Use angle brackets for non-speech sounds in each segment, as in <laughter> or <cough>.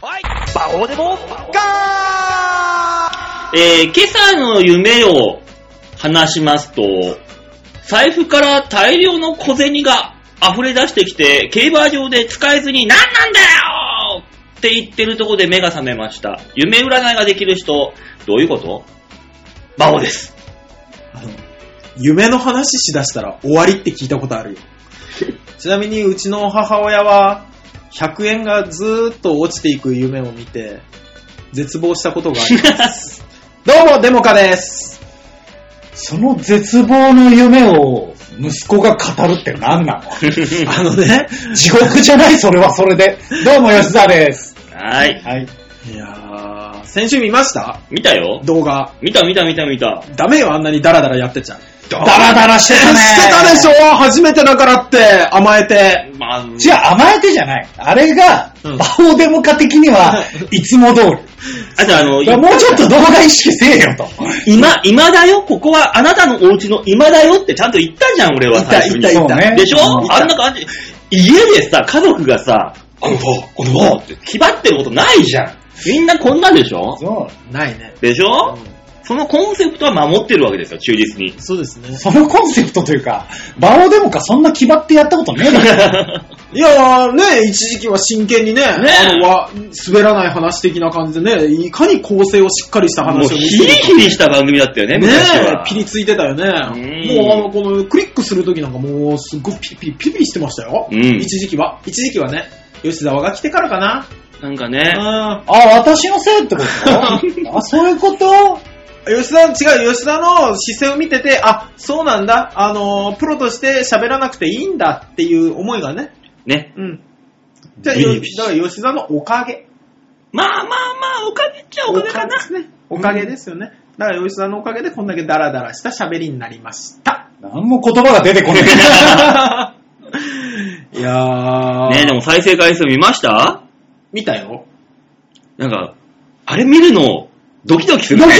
どうでもガえー、今朝の夢を話しますと、財布から大量の小銭が溢れ出してきて、競馬場で使えずに、なんなんだよって言ってるとこで目が覚めました。夢占いができる人、どういうことバオ <laughs> です。あの夢の話しだしたら終わりって聞いたことあ <laughs> るよ。ちなみにうちの母親は、100円がずーっと落ちていく夢を見て、絶望したことがあります。 <laughs> どうも、デモカです。その絶望の夢を息子が語るって何なあの <laughs> ね、の地獄じゃないそれはそれで。どうも吉沢です。はい。はい。いやー、先週見ました見たよ。動画。見た見た見た見た。ダメよ、あんなにダラダラやってちゃ。ダラダラしてたね。してたでしょ初めてだからって、甘えて。まあ、違う、甘えてじゃない。あれが、うん魔法デモカ的に <laughs> は、いつも通り。あとあの、いや今、もうちょっと動画意識せえよと。今だよ、ここはあなたのお家の今だよってちゃんと言ったじゃん、俺は最初に。痛いそう痛ね。でしょうんあんな感じ。家でさ、家族がさ、この子、この子って、気張ってることないじゃん。みんなこんなんでしょそないね。でしょ、うそのコンセプトは守ってるわけですよ、忠実にん。そうですねう。そのコンセプトというか、魔王デモカそんな気張ってやったことねえだ <laughs> ろ。いやーね、一時期は真剣にね、ねあのわ、滑らない話的な感じでね、いかに構成をしっかりしたもう話をヒリ見せるかヒリした番組だったよね、ね昔は。え、ピリついてたよね。んもうあの、このクリックするときなんかもう、すっごいピリピリピリピリしてましたよ。うん一時期は。一時期はね、吉沢が来てからかな。なんかね、あ、私のせいってこと <laughs> あ、そういうことうん。吉沢、違う、吉沢の姿勢を見てて、あ、そうなんだ、あの、プロとして喋らなくていいんだっていう思いがね。ね。うん。じゃあ、ビリよビリだから吉沢のおかげ。まあまあまあ、おかげっちゃおかげかな。ですね。おかげですよね。だから、吉田のおかげでこんだけダラダラした喋りになり <laughs> ました。何も言葉が出てこ <laughs> ない。いやー。ねえ、でも再生回数見ました見た <laughs> よ。なんか、あれ見るの、ドキドキするね。わか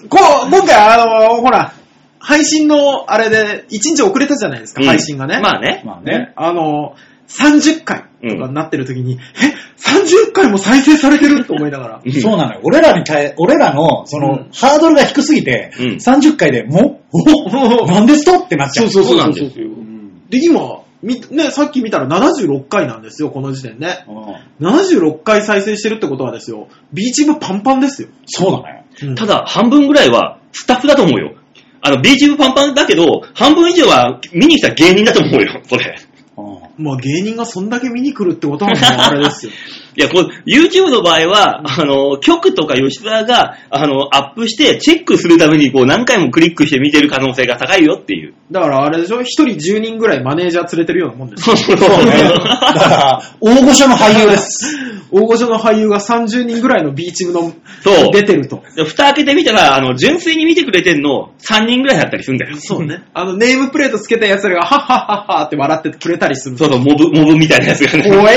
るこう、今回、あの、ほら、配信の、あれで、1日遅れたじゃないですか、うん配信がね。まあね。まあねね。、あの、30回とかになってる時に、え、30回も再生されてると思い <laughs> ながら。そうなのよ。俺らに対、俺らの、その、うんハードルが低すぎて、うん30回で、もおおなんですとってなっちゃう。そうそうなんですよ。で、今、み、ね、さっき見たら76回なんですよ、この時点で。うん76回再生してるってことはですよ、B チームパンパンですよ。そうだね。ただ、半分ぐらいはスタッフだと思うよ。あの、ビーチ部パンパンだけど、半分以上は見に来た芸人だと思うよ、それ。うんまあ芸人がそんだけ見に来るってことはもうあれですよ。いや、こう、YouTube の場合は、あの、局とか吉沢が、あの、アップして、チェックするために、こう、何回もクリックして見てる可能性が高いよっていう。だからあれでしょ、一人10人ぐらいマネージャー連れてるようなもんですよ。そうそうそそうね。だう。から、大御所の俳優です。大御所の俳優が30人ぐらいの B チームのそう出てると。 <laughs> で蓋開けてみたら、あの、純粋に見てくれてんの、3人ぐらいだったりするんだよ。そうね。あの、ネームプレートつけた奴らが、はっはっはっはって笑ってくれたりする。そうそう、モブ、モブみたいなやつがね。怖えよ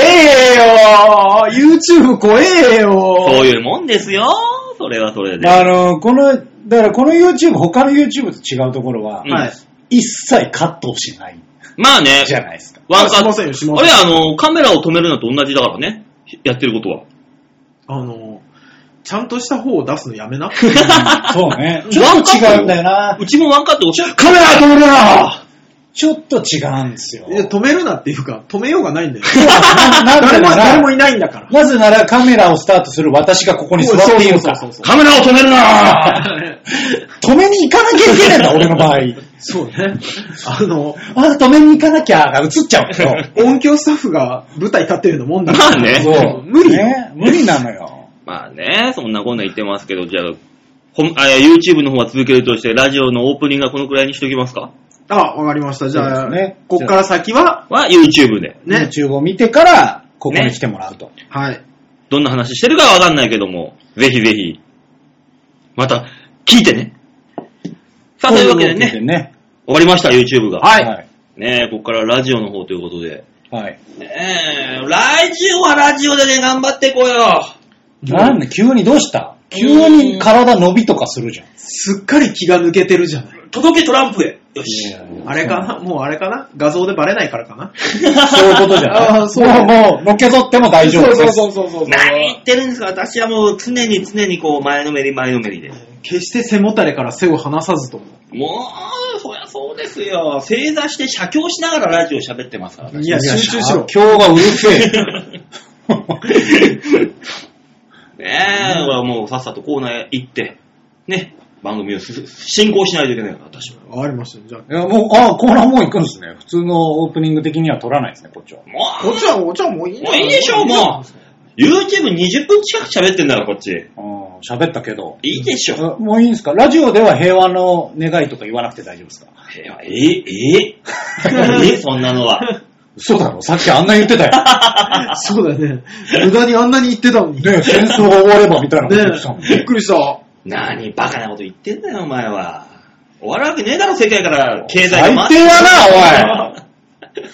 ー !YouTube 怖えよそういうもんですよ。それはそれで。あの、この、だからこの YouTube、他の YouTube と違うところは、うんはい。一切カットをしないまあね。じゃないですか。ワンカしッませんよ、しまあせんれ、よ。あの、カメラを止めるのと同じだからね。やってることは。あの、ちゃんとした方を出すのやめな。そうね。ちょっと違うんだよな。うちもワンカット、カメラ止めるなちょっと違うんですよ。いや止めるなっていうか、止めようがないんだよ。ななん誰でも、なら誰もいないんだから。なぜならカメラをスタートする私がここに座っているから。そうそうそうそうカメラを止めるな止めに行かなきゃいけないんだ、俺の場合。そうね。あの、あ、止めに行かなきゃが映っちゃうんだよ。音響スタッフが舞台立ってるのもんだから。 <laughs> まあねそう。無理。ね、無理なのよ。まあね、そんなこんな言ってますけど、じゃあ、ほんあ YouTube の方は続けるとして、ラジオのオープニングはこのくらいにしときますかあ、わかりました。じゃあ、そうですねこっから先は、は YouTube で。ね。 YouTube を見てから、ここに来てもらうと。はい。どんな話してるかはわかんないけども、ぜひぜひ。また、聞いてね。さあ、というわけでね、と終いうわわりました、YouTube が。はけでね。い。はい。ねえ、ここからラジオの方ということで。はい。ねえ、ラジオはラジオでね、頑張っていこうよ。なんで、急にどうした急に体伸びとかするじゃん。すっかり気が抜けてるじゃない。届けトランプへ。よし。あれかなもうあれかな画像でバレないからかなそういうことじゃない。あーそうもう、もう、のけぞっても大丈夫です。そうそうそうそうそう。何言ってるんですか私はもう常に常にこう前のめり前のめりで。決して背もたれから背を離さずとも。もう、そりゃそうですよ。正座して写経しながらラジオ喋ってますから。私いや、集中しろ。今日がうるせえ。 <laughs> ねえ、もうさっさとコーナーへ行って、ね、番組をす進行しないといけないから、私は。ありましたね。じゃあ、いや、もう、あコーナーもう行くんですね。普通のオープニング的には取らないですね、こっちは。もこっちは、こっちはもういいもういいでしょうもう、YouTube20 分近く喋ってんだから、こっち。うん、喋ったけど。いいでしょ。あもういいんですかラジオでは平和の願いとか言わなくて大丈夫ですかえ、え、え、 <laughs> え、そんなのは。嘘だろさっきあんな言ってた <laughs> よ。 <laughs> そうだね。無駄にあんなに言ってたの <laughs> に。ねね戦争が終わればみたいなこと言ってたもんね。びっくりした。何、バカなこと言ってんだよ、お前は。終わるわけねえだろ、世界から、経済最が低回ってやな、おい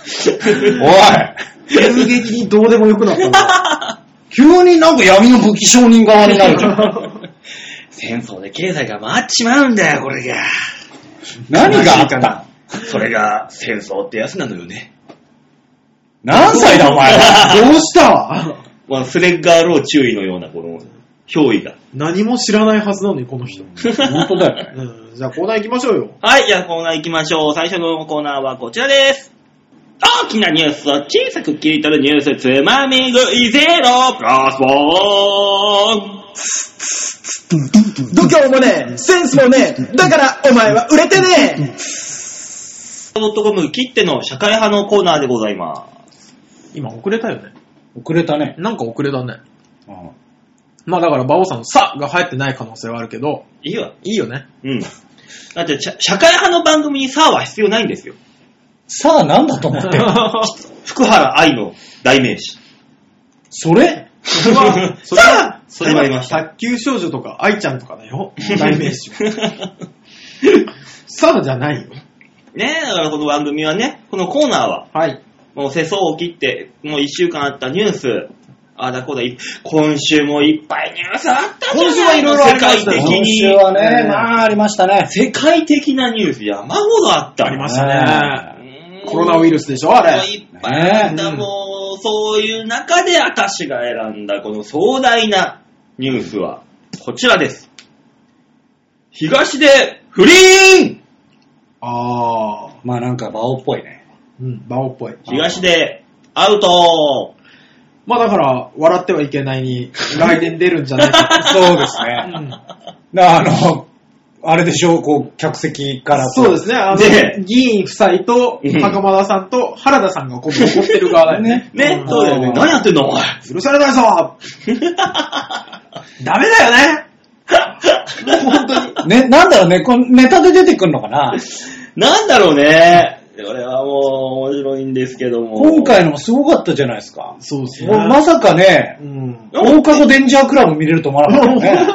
<laughs> おい急激にどうでもよくなったな。急になんか闇の武器商人側になるじゃ <laughs> ん。戦争で経済が回っちまうんだよ、これが。何があっ悲しいかなたそれが戦争ってやつなのよね。何歳だお前は <laughs> どうしたまあ、スレッガーロー注意のような、この、憑依が。何も知らないはずなのに、この人。 <laughs> 本当だよね。うん、じゃあコーナー行きましょうよ。はい、じゃあコーナー行きましょう。最初のコーナーはこちらです。大きなニュースを小さく切り取るニュースつまみ食いゼロプラスワン度胸もねセンスもねだからお前は売れてねドットコム切っての社会派のコーナーでございま今遅れたよね。遅れたね。なんか遅れたね。うんまあだから、馬王さんのさが入ってない可能性はあるけど、す。いいわ。いいよね。うん。だって、社社会派の番組にさあは必要ないんです <laughs> よ。さあ何だと思ってる福原愛の代名詞。それそれは、それは、それはありました卓球少女とか、愛ちゃんとかだ <laughs> よ。代 <laughs> 名詞は。さあじゃないよ。ねえ、だからこの番組はね、このコーナーは、はい。もう世相を切って、もう一週間あったニュース、あだこうだ、い今週もいっぱいニュースあったじゃない今週はいろいろありました世界ね的今週に。はね、まあありましたね。世界的なニュース山ほどあった。ありまししたたね。コロナウイルスでしょ、ああれ。もれう。いっぱいあった、ねえもう、そういう中で私が選んだこの壮大なニュースは、こちらです。東で不倫ああ。まあなんか馬王っぽいね。うん、馬王っぽい。東でアウトまあだから、笑ってはいけないに、来年出るんじゃないか <laughs> と。そうです <laughs> ね。だあの、あれでしょう、こう、客席からこ。そうですね。あでの、議員夫妻とうん、。袴田さんと、原田さんが今度怒ってる側だよね <laughs> ねう、んそうだよね。何やってんだお前。許されないぞダメだよね本当に。 <laughs> ね、なんだろうね、このネタで出てくるのかななんだろうね。これはもう面白いんですけども。今回のもすごかったじゃないですか。そうですもうまさかね、うん。うん放課後デンジャークラブ見れると思わなか <laughs> ったよね。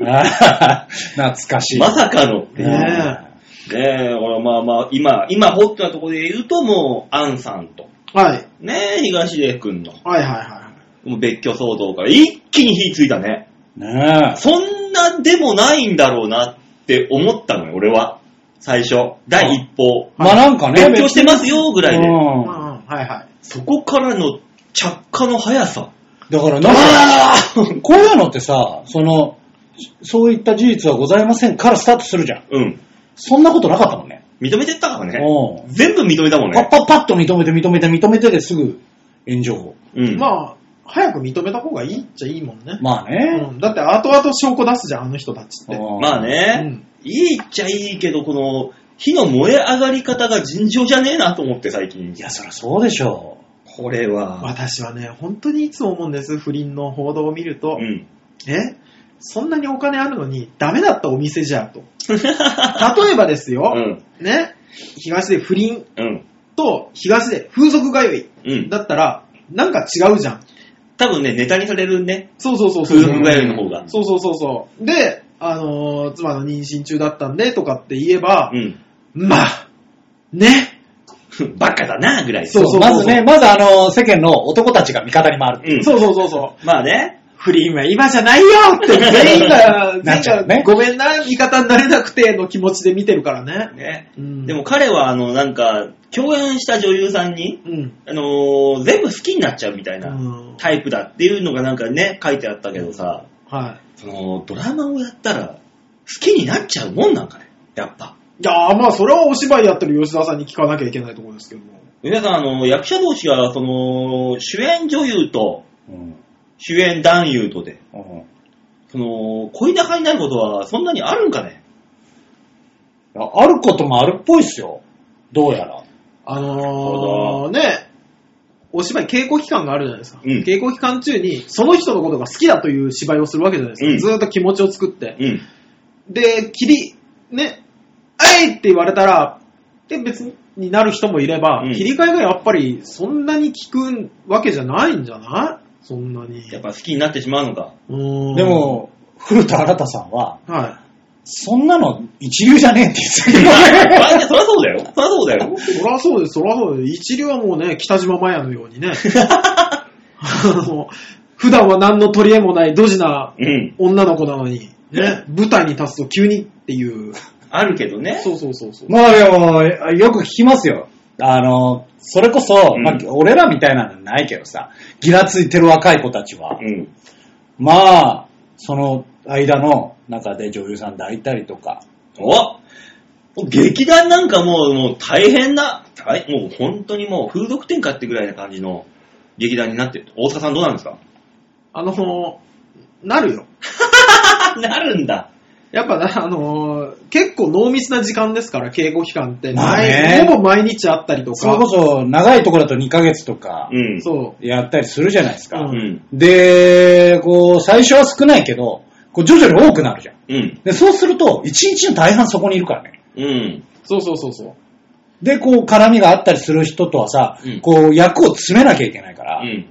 あー懐かしい。まさかの。ねねええ、ほらまあまあ、今、今ホットなところで言うともう、アンさんと、はい。ねえ、東出くんの、はいはいはもう別居騒動から一気に火ついたね。ねそんなでもないんだろうなって思ったのよ、俺は。最初。第一報。まあなんかね、勉強してますよ、ぐらいで。い。う、うんんはいはい。そこからの着火の速さ。だからなんか、ああこういうのってさ、その、そういった事実はございませんからスタートするじゃん。うん。そんなことなかったもんね。認めてったからね。うん全部認めたもんパねッ。パッパッと認めて認めて認めてですぐ炎上法。うん。まあ、早く認めた方がいいっちゃいいもんね。まあね。うん、だって、後々証拠出すじゃん、あの人たちって。まあね、うんいいっちゃいいけど、この火の燃え上がり方が尋常じゃねえなと思って最近。いいや、そりゃそうでしょこれは、私はね、本当にいつも思うんです、不倫の報道を見ると。うん。えそんなにお金あるのにダメだったお店じゃと。例えばですうよ、ん。ね、東で不倫うん。と東で風俗通いうん。だったら、なんか違うじゃん。多分ね、ネタにされるね。そうそうそうそ夫う。婦ぐらいの方が。そうそうそうそう。で、あのー妻の妊娠中だったんでとかって言えばう、ん。まあ、ね。 <laughs> バカだな、ぐらい。う。そうそうそうまずね、まずあの、世間の男たちが味方に回る。うん。そうそうそうそう。まあね。不倫は今じゃないよって全員が、なっちゃうね全員がごめんな、味方になれなくての気持ちで見てるからね。ね。うんでも、彼は、あの、なんか、共演した女優さんに、うん。あのー全部好きになっちゃうみたいなうんタイプだっていうのがなんかね、書いてあったけどさ、はその、ドラマをやったら、好きになっちゃうもんなんかね、やっぱ。い。いやーまあ、それはお芝居やってる吉沢さんに聞かなきゃいけないところですけども。皆さん、あの、役者同士が、その、主演女優と、うん。主演男優とで、うんその、恋仲になることは、そんなにあるんかねいやあることもあるっぽいっすよ。どうやら。あそのー、ね、お芝居稽古期間があるじゃないですか。うん稽古期間中に、その人のことが好きだという芝居をするわけじゃないですか。うんずーっと気持ちを作って。うん。で、切り、ね、あいって言われたら、で、別になる人もいれば、うん切り替えがやっぱりそんなに効くわけじゃないんじゃないそんなに。やっぱ好きになってしまうの <laughs> か。うーんで、も、古田新太さんは、はそんなの一流じゃねえって言まって <laughs> たけどね。あ、そりゃそうだよ。そりゃそうだよい。。そらそうです、そらそうです。一流はもうね、北島麻也のように <laughs> ね。あの、普段は何の取り柄もないドジなうん。女の子なのに、ね、舞台に立つと急にっていう。あるけどね。そうそうそうそう。まあでも、よく聞きますよ。あの、それこそ、うんまあ俺らみたいなのないけどさ、ギラついてる若い子たちは、うん。まあ、その間の中で女優さん抱いたりとか、お劇団なんかもう、もう大変な、大もう本当にもう風俗店かってぐらいな感じの劇団になってる。大塚さんどうなんですかあの、なるよ。なるんだ。やっぱな、あのー結構濃密な時間ですから、稽古期間って。まあね毎ほぼ毎日あったりとか。それこそ長いとこだと2ヶ月とかう、ん。そやったりするじゃないですか。ううん。で、こう、最初は少ないけど、こう徐々に多くなるじゃん。うん。で、そうすると、一日の大半そこにいるからね。うん。う。そうそうそうそう。で、こう、絡みがあったりする人とはさ、うんこう、役を詰めなきゃいけないから、うん。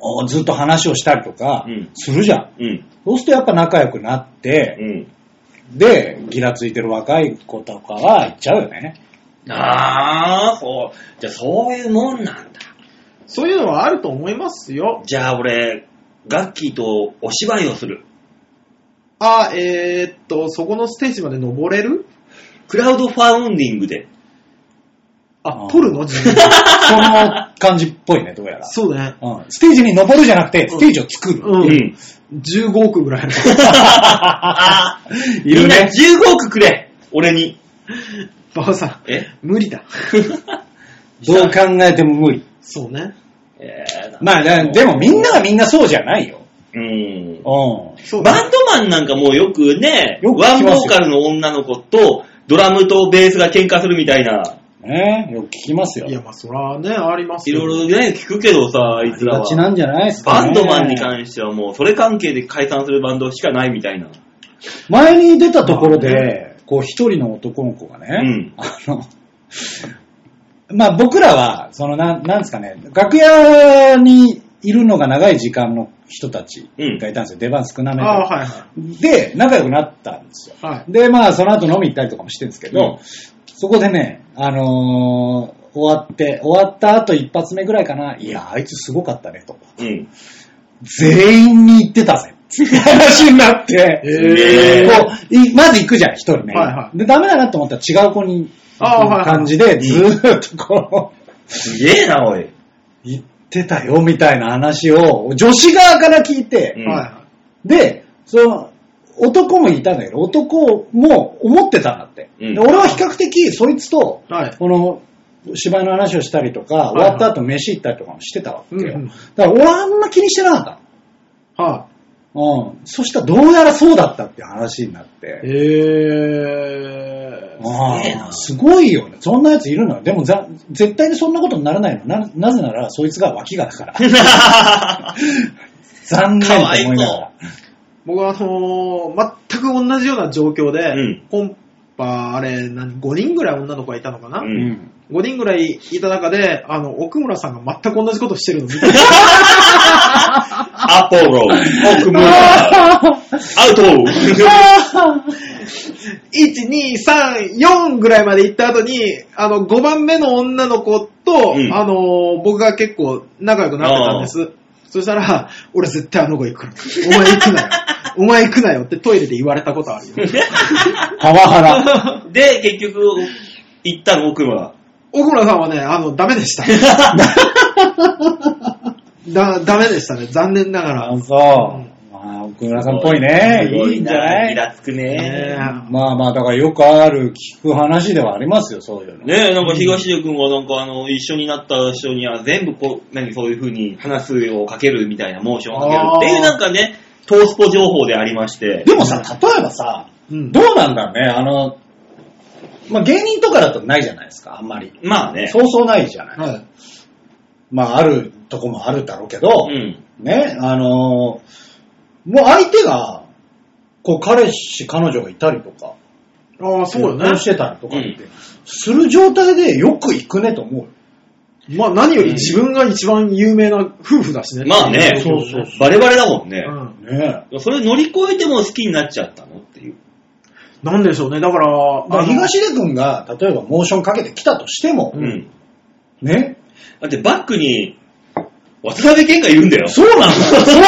おずっと話をしたりとかうん、するじゃん。うん。そうするとやっぱ仲良くなって、うん。で、ギラついてる若い子とかは行っちゃうよね。ああ、そう。じゃあそういうもんなんだ。そういうのはあると思いますよ。じゃあ俺、ガッキーとお芝居をする。あー、えー、っと、そこのステージまで登れるクラウドファウンディングで。ああ、ー取るの自分でその感じっぽいね、どうやら。そうね。うん、ステージに登るじゃなくて、ステージを作る。うん。。15億ぐら <laughs> いの。ああ、いみるんなね。 15億くれ俺に。馬場さん、え無理だ。どう考えても無理。そうね。えーまあ、だでもみんながみんなそうじゃないよ。うん。うん。そうねバンドマンなんかもうよくね、よく聞きまワンすよボーカルの女の子と、ドラムとベースが喧嘩するみたいな、ねよく聞きますよ。いや、まあ、そらね、ありますいよろいろね、聞くけどさ、あいつらありがちは。なんじゃないですか、バね。ンドマンに関してはもう、それ関係で解散するバンドしかないみたいな。前に出たところで、まあこう一人の男の子がね、うんあの、 <laughs> まあ僕らは、そのなん、なんですかね、楽屋にいるのが長い時間の人たちがいたんですよ。出番少なめで。あー、はいはで、仲良くなったんですよ。い。はい。で、まあ、その後飲み行ったりとかもしてるんですけうど、んそこでね、あのー終わって、終わった後一発目ぐらいかな、いや、あいつすごかったね、と。うん。全員に言ってたぜ、っていう話になって、えーこういまず行くじゃん、一人ね。はいはで、ダメだなと思ったら違う子に、あーはいはい感じで、ずーっとこう、すげえな、おい。言ってたよ、みたいな話を、女子側から聞いて、うんはいはで、その、男もいたんだけど、男も思ってたんだって。うんで俺は比較的、そいつと、はいこの、芝居の話をしたりとか、い終わった後飯行ったりとかもしてたわけよ。うんうんだから俺はあんま気にしてなかった。い。はうん。そしたらどうやらそうだったって話になってい。。えー。あすげえなあ、すごいよね。そんなやついるのよ。でもざ、絶対にそんなことにならないの。な、なぜなら、そいつが脇がだから。残念と思いながら。僕はあのー全く同じような状況で、うんコンパ、あれ、何、5人ぐらい女の子がいたのかうな、うん <laughs> ん。 ?5 人ぐらいいた中で、あの、奥村さんが全く同じことしてるの見て、アポロ、奥 <laughs> 村、アウト1,2,3,4ぐらいまで行った後に、あの、5番目の女の子と、うんあのー僕が結構仲良くなってたんです。そしたら、俺絶対あの子行くから。お前行く <laughs> なよ。お前行くなよってトイレで言われたことあるよ。パワハラ。で、結局、行ったの、奥村。奥村さんはね、あの、ダメでした。だ、ダメでしたね。残念ながら。あ、そう。まあ、奥村さんっぽいね。すごいいんじゃなイいラつくね。ねまあまあ、だからよくある聞く話ではありますよ、そういうの。ねえ、なんか東出君はなんかあの、一緒になった人には全部こう、何そういう風に話すをかけるみたいなモーションをかけるっていうあーなんかね、トースポ情報でありまして。でもさ、例えばさ、うんどうなんだろうね、あの、まあ芸人とかだとないじゃないですか、あんまり。まあね。そうそうないじゃない。はい。まああるとこもあるだろうけど、うん。ね、あのーもう相手が、こう彼氏、彼女がいたりとか、ああ、そうよ結ね婚。してたりとかって、うする状態でよく行くねと思う。まあ何より自分が一番有名な夫婦だしね。まあねそうそうそバレバレだもんねう。ん。ねそれ乗り越えても好きになっちゃったのっていう。なんでしょうね。だから、まああ、の東出君が、例えばモーションかけてきたとしてもう、んん。ね。だってバックに、渡辺謙がいるんだよ。そうなんだ。そう思うよね。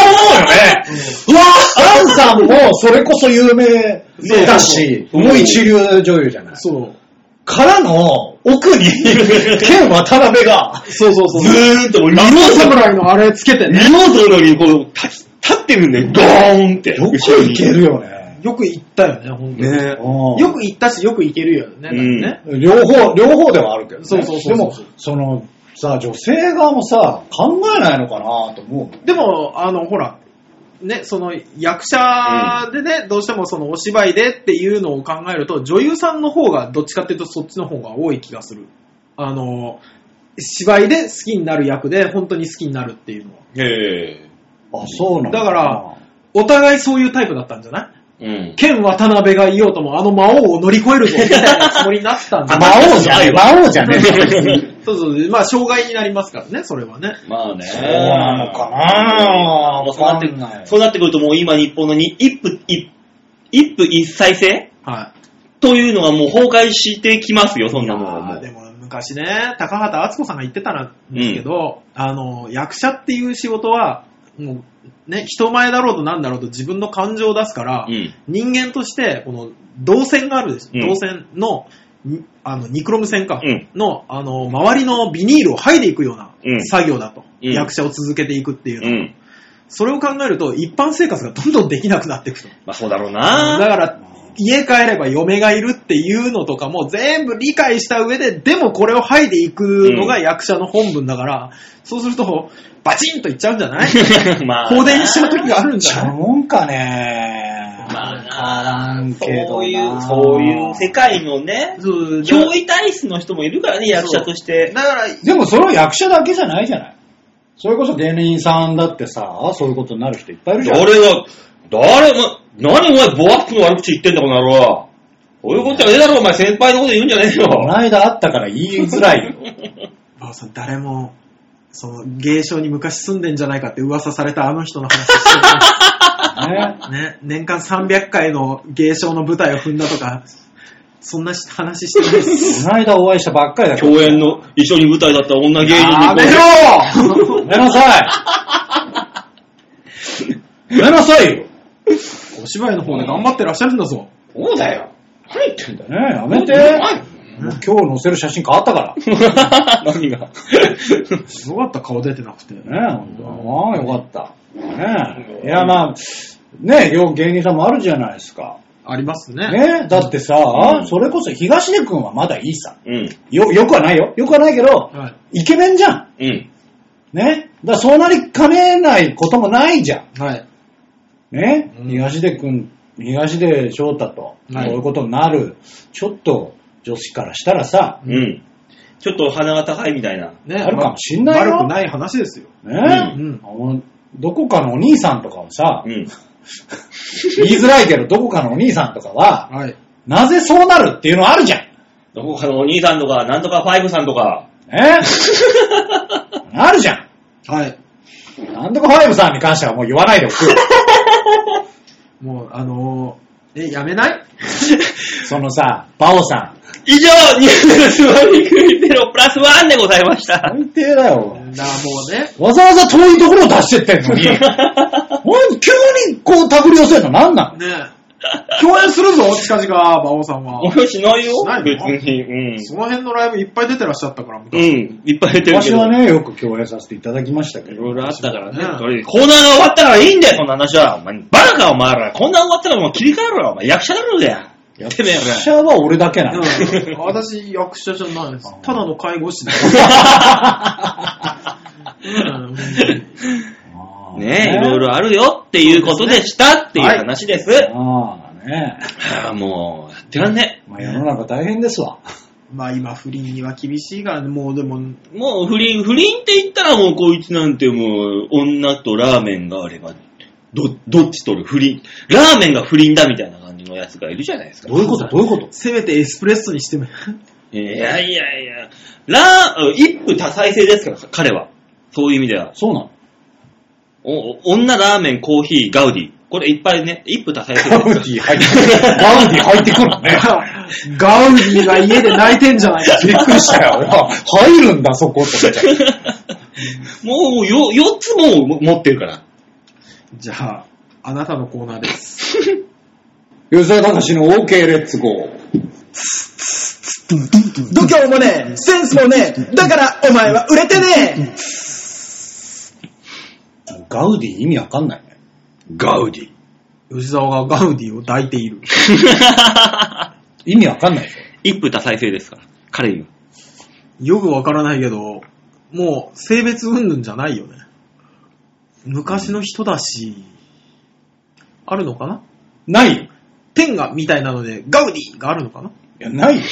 うわアンさんもそれこそ有名だし、そうもう一流女優じゃない。そう。からの、奥に、剣渡 <laughs> 辺が、そうそうそ <laughs> う。ずーっともう、リリモモート、侍のあれつけてリね。モートのにこう、立ち立ってるんだよ。ドーンって。よく後ろにいけるよね。よく行ったよね、ほんとに。ねうんよく行ったし、よく行けるよね。だってね両方、両方ではあるけど、ね。そうそうそうでも、その、さ、女性側もさ、考えないのかなと思う。でも、あの、ほら、ね、その役者でね、どうしてもそのお芝居でっていうのを考えると、女優さんの方がどっちかっていうとそっちの方が多い気がする。あの、芝居で好きになる役で本当に好きになるっていうのは。へえ。あ、そうなのだから、お互いそういうタイプだったんじゃないうん。 <laughs> 剣渡辺がいようともあの魔王を乗り越えるぞみたいなつもりになってたんじゃあない魔王じゃねえ、魔王じゃねえ。そうそう、 <laughs> まあ障害になりますからね、それはね。まあね。そうなのかなもうそうなってわかんないそうなってくるともう今日本のに一夫一、一夫一妻制はい。というのはもう崩壊してきますよ、そんなものはもあーでう。も昔ね、高畑敦子さんが言ってたんですけど、あの、役者っていう仕事は、もう、ね、人前だろうとなんだろうと自分の感情を出すから、うん。人間として、この、動線があるでしょ。うん動線の、にあの、ニクロム線か、うんの、あの、周りのビニールを剥いでいくようなうん作業だと。うん役者を続けていくっていうのうは、ん。それを考えると、一般生活がどんどんできなくなっていくと。まあそうだろうだなから、家帰れば嫁がいるっていうのとかも全部理解した上で、でもこれを剥いでいくのが役者の本分だから、そうすると、バチンといっちゃうんじゃない <laughs> まあ。放電しちゃう時があるんじちゃゃうないもんかね。まあわからんけどな。そういう、そういう世界のね、 <laughs> そうだ憑依体質の人もいるからね、役者として。だから、でもそれは役者だけじゃないじゃない。それこそ芸人さんだってさ、そういうことになる人いっぱいいるじゃん。誰が、誰も、何お前、ボアックの悪口言ってんだ、この野郎。そういうことじゃねえだろ、お前、先輩のこと言うんじゃねえよ。この間あったから言いづら <laughs> いよ。馬場さん、誰も、その、芸商に昔住んでんじゃないかって噂されたあの人の話してね <laughs> る、ね。年間300回の芸商の舞台を踏んだとか、そんなし話してないです。この間お会いしたばっかりだから。共演の一緒に舞台だった女芸人やにめろやめなさいやめなさいよねお芝居の方で頑張ってらっしゃるんだぞ。そうだよ。何言って <laughs> んだよ。え、やめて。もう今日載せる写真変わったから。ね何が。すごかった、顔出てなくて。え、ほんと。まあ、よかった。ねえ。いや、まあ、ねえ、よう芸人さんもあるじゃないですか。ありますね。ねえ、だってさ、んそれこそ東出君はまだいいさ。うん、よ、よくはないよ。よくはないけど、はい。イケメンじゃん。うん。ね。だからそうなりかねないこともないじゃん。はい。ね。うん東出くん、東出翔太と、こうはいいうことになる、ちょっと女子からしたらさ、うん。ちょっと鼻が高いみたいな。ねあるかもしんないよ悪くない話ですよ。ね。うんあのどこかのお兄さんとかはさう、ん。言いづらいけど、どこかのお兄さんと <laughs> かは、はい。なぜそうなるっていうのあるじゃん。どこかのお兄さんとか、なんとかファイブさんとか。 <laughs> ね。あるじゃん。はい。なんとかファイブさんに関してはもう言わないでおく。もう、あのー、え、やめないそのさ、バオさん。 <laughs> 以上、ニュースワミクイゼロプラスワンでございました。最低だなよ。あ、もうね。わざわざ遠いところを出してってんのに、なんで急にこう手繰り寄せるの何な <laughs> のねえ。共演するぞ、近々、馬王さんは。 <laughs> 俺しないよしないの別に。うん。その辺のライブいっぱい出てらっしゃったから、う昔。ん。いっぱい出てるけ私ど。はね、よく共演させていただきましたけいど。ろいろあったからね。うんとりあえずコーナーが終わったからいいんだよ、そんな話は。お前、バカか、お前ら。こんな終わったらもう切り替えろよ、お前。役者だろうがや。やってめえよ、役者は俺だけなうの。ん私、役者じゃないです。ただの介護士 <laughs> だよ。うんあーねえ、いろいろあるよっていうことでしたっていう話です。ああ、ねああ、もう、やってらんねえ。まあ世の中大変ですわ。まあ今、不倫には厳しいからね、もうでも、え。もう不倫、不倫って言ったらもうこいつなんてもう、女とラーメンがあれば、ど、どっち取る不倫。ラーメンが不倫だみたいな感じのやつがいるじゃないですか。どういうことどういうことせめてエスプレッソにしても、 <laughs> いやいやいや、ラー、一夫多妻制ですから、彼は。そういう意味では。そうなのお女ラーメン、コーヒー、ガウディ。これいっぱいね、一夫多妻制ガウディ入ってくる。ガウディ入ってくるのね。ガウディが家で泣いてんじゃないか。びっくりした <laughs> よ。あ入るんだ、そこ、と思っちゃう <laughs> もうよ、4つも持ってるから。じゃあ、あなたのコーナーです。吉田隆の OK レッツゴー。度胸もねえ、センスもねえ、だからお前は売れてねえ。ガウディ意味わかんないね。ガウディ。吉沢がガウディを抱いている。意味わかんないでしょ。 <laughs> 一夫多妻制ですから、彼には。よくわからないけど、もう性別云々じゃないよね。昔の人だし、あるのかなないよ。い天がみたいなので、ガウディがあるのかなや、ないよ。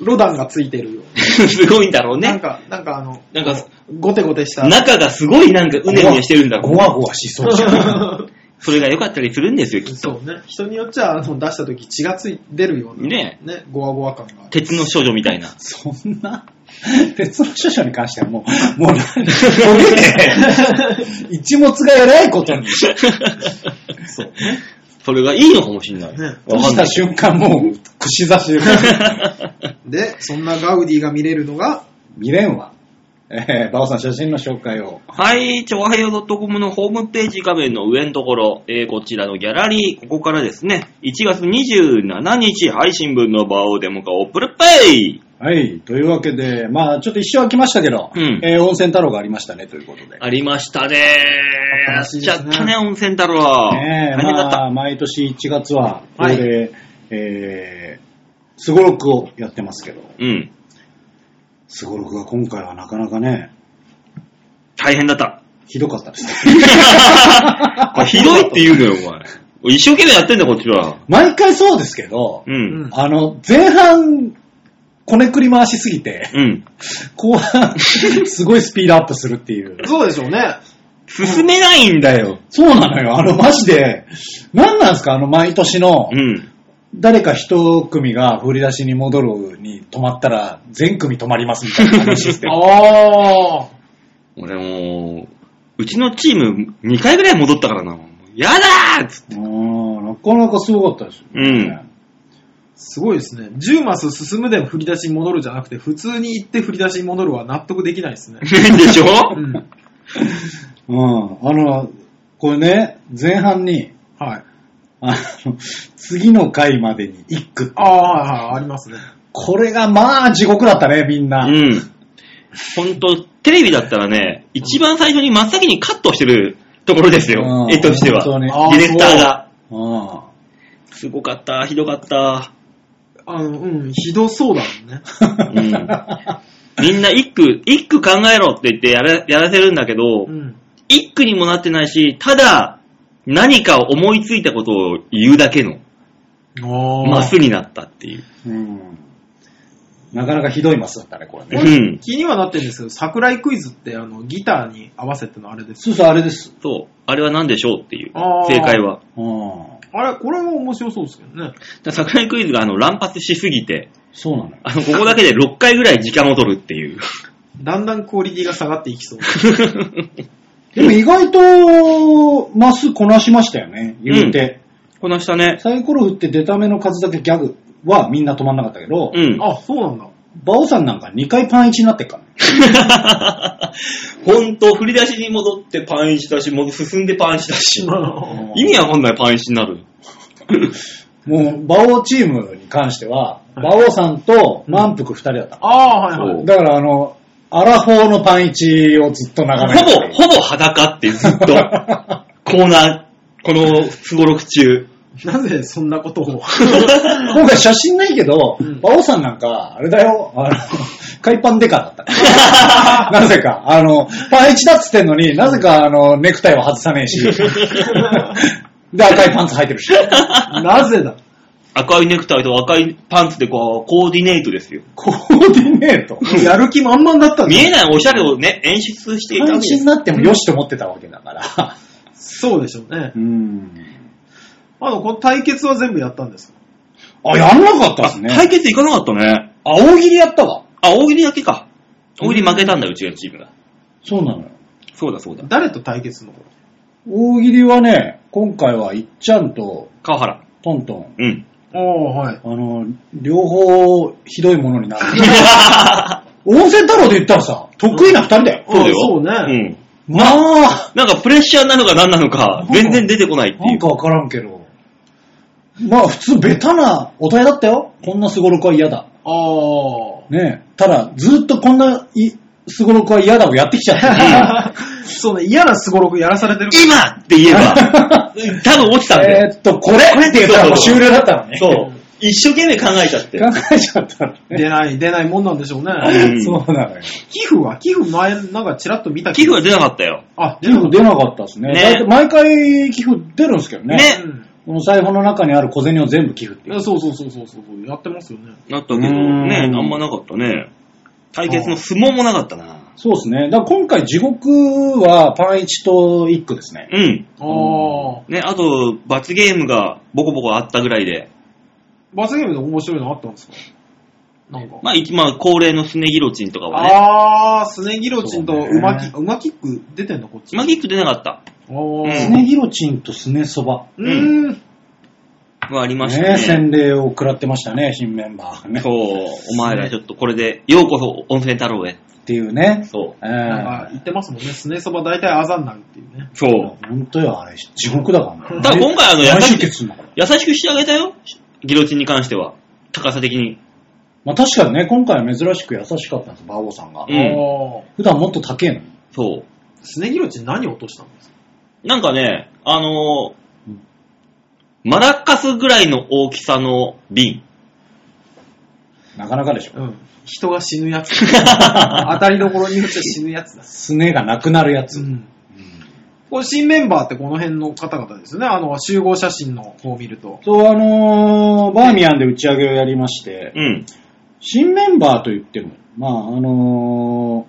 ロダンがついてるよ。 <laughs> すごいんだろうなんね。か、なんかあの、なんか、ゴテゴテした。 <laughs> 中がすごいなんかうねうねしてるんだろうごわごわしそうじゃ <laughs> ん。それが良かったりするんですよ、きっと。そうね。人によっちゃ、あの、出した時血がつい、出るような。ねね。ゴワゴワ感がある。鉄の少女みたいな。そんな、鉄の書書に関してはもう、もう、ボケて、 <laughs> 一物が偉いことに、 <laughs> そうね。それがいいのかもしれない。ねわかしんなたい。瞬間もう、串刺しで、で、そんなガウディが見れるのが、未練は、えー、バオさん写真の紹介を。はい、ちょわへよ .com のホームページ画面の上のところ、えーこちらのギャラリー、ここからですね、1月27日配信分の場をデモ化をプルペイはい。というわけで、まあ、ちょっと一生は来ましたけど、うんえー温泉太郎がありましたね、ということで。ありましたねー。や楽っしいちでゃすねったね、温泉太郎。ねえ、大変だった。まあ、毎年1月は、こはいれで、えー、すごろくをやってますけど、うん。すごろくが今回はなかなかね、大変だった。ひどかったですね。 <laughs> これひどいって言うのよ、お前。一生懸命やってんだ、こっちは。毎回そうですけど、うん。あの、前半、こねくり回しすぎて、うん。後半、すごいスピードアップするっていう。そうでしょうね。進めないんだよ。そうなのよ。あの、マジで、何なんですかあの、毎年のう、ん。誰か一組が振り出しに戻るに止まったら、全組止まりますみたいなあのシ <laughs> ステム。ああ。俺もう、うちのチーム2回ぐらい戻ったからな。やだーっつってうんなかなかすごかったですよ、ね。すごいですね。10マス進むでも振り出しに戻るじゃなくて、普通に行って振り出しに戻るは納得できないですね。でしょうん。うん。あの、これね、前半に、はい。あの、次の回までに一句。ああ、はいはい、ありますね。これがまあ地獄だったね、みんな。 <laughs> うん。ほんと、テレビだったらね、一番最初に真っ先にカットしてるところですよう。ん絵としては。本当にあーディレクターが。うんすごかった、ひどかった。あの、うん、ひどそうだもんね。うん、 <laughs> みんな一句、一句考えろって言ってやらやらせるんだけどう、ん。一句にもなってないし、ただ、何かを思いついたことを言うだけの、あマスになったっていう。うんなかなかひどいマスだったね、これうね。ん。気にはなってるんですけど、桜井クイズって、あの、ギターに合わせてのあれです。そうそう、あれです。そう。あれは何でしょうっていう。あー正解は。うん。あれ、これも面白そうですけどね。だから桜井クイズがあの乱発しすぎて、そうなのよ。あの、ここだけで6回ぐらい時間を取るっていう。だんだんクオリティが下がっていきそう。 <laughs> でも意外と、マスこなしましたよね、言うて。こなしたね。サイコロ振って出た目の数だけギャグはみんな止まんなかったけど、うん。 <laughs> あ、そうなんだ。バオさんなんか2回パン1になってっからね。ほんと、振り出しに戻ってパンイチだし、もう進んでパンイチだ <laughs> し。意味わかんないパンイチになる。もう、馬王チームに関しては、馬王さんと満腹2人だった。ああ、はいはい。だから、あの、アラフォーのパンイチをずっとほ眺ぼめてる、ほぼ裸ってずっ <laughs> と、コーナー、このスゴロク中。なぜそんなこと <laughs> を。 <laughs> 今回写真ないけどうん、馬王さんなんか、あれだよ、あの、海パンデカだった。 <laughs> なぜか、あの、パンイチだっつってんのに、なぜか、あの、ネクタイは外さねえ <laughs> し、で、赤いパンツ履いてるし。なぜ <laughs> だ赤いネクタイと赤いパンツでこう、コーディネートですよ。コーディネート。やる気満々だったんだ見えないおしゃれをね、演出していたパンんイでチにす。なってもよしと思ってたわけだから。そうでしょうねう。ん。あの、この対決は全部やったんですかあ、やんなかったあですね。対決いかなかったね。あ、大喜利やったわ。あ、大喜利だけか。大喜利負けたんだ、うちのチームが。そうなのよ。そうだそうだ。誰と対決のこと大喜利はね、今回はいっちゃんと川原。トントン、うん。ああ、はい。あの、両方ひどいもの <laughs> になる。温泉太郎で言ったらさ、得意な二人だよ。そうだよ。そうね。うん。まあ、なんかプレッシャーなのか何なのか、全然出てこないってないんう。かわからんけど。まあ普通ベタなお題だったよ。こんなすごろくは嫌だ。あねえただ、ずっとこんない、すごろくは嫌だをやってき <laughs> ちゃった。あ。 <laughs> そうね、嫌なスゴロクやらされてる。今って言え <laughs> ば、うん多分落ちたんだよ。えーっと、これって言ったらもう終了だったのね。そ考う。一生懸命考えちゃって。えちゃったのね。出ない、出ないもんなんでしょううね。んそうなのよ。寄付は寄付前、なんかチラッと見た寄け付ど。は出なかったよ。あ、寄付出なかったですね。ねだいたい毎回寄付出るんですけどね。ねこの財布の中にある小銭を全部寄付ってういん。う。そうそうそうそうそう。やってますよね。なったけど、うーんね、あんまなかったね。対決の相撲もなかったな。そうですね。だから今回地獄はパンイチと一句ですね。うん。ああ。ね、あと、罰ゲームがボコボコあったぐらいで。罰ゲームで面白いのあったんですかなんか。まあ、一まあ、恒例のスネギロチンとかはね。ああ、スネギロチンとそうね馬キック、馬キック出てんのこっち。マギック出なかった。あーうんスネギロチンとスネそば。うーん。はありましたねね。洗礼を食らってましたね、新メンバーがね。そう、お前らちょっとこれで、ようこそ温泉太郎へ。っていうね。そえなんかえ言ってますもんね。スネそば大体あざになるっていうね。う。そう。本当よ、あれ、地獄だからね。だから今回あの大出血するんだから。優しくしてあげたよ。ギロチンに関しては。高さ的に。まあ確かにね、今回は珍しく優しかったんです、馬王さんが。うんあー普段もっと高えのに。そう。スネギロチン何落としたんですかなんかね、あのーうんマラカスぐらいの大きさの瓶。なかなかでしょ。うん。人が死ぬや <laughs> つ。当たりどころによって死ぬやつだ。すねがなくなるやつ。うん。これ新メンバーってこの辺の方々ですよね。あの、集合写真の方を見ると。そう、あのーバーミヤンで打ち上げをやりまして、うん。新メンバーといっても、まあ、あの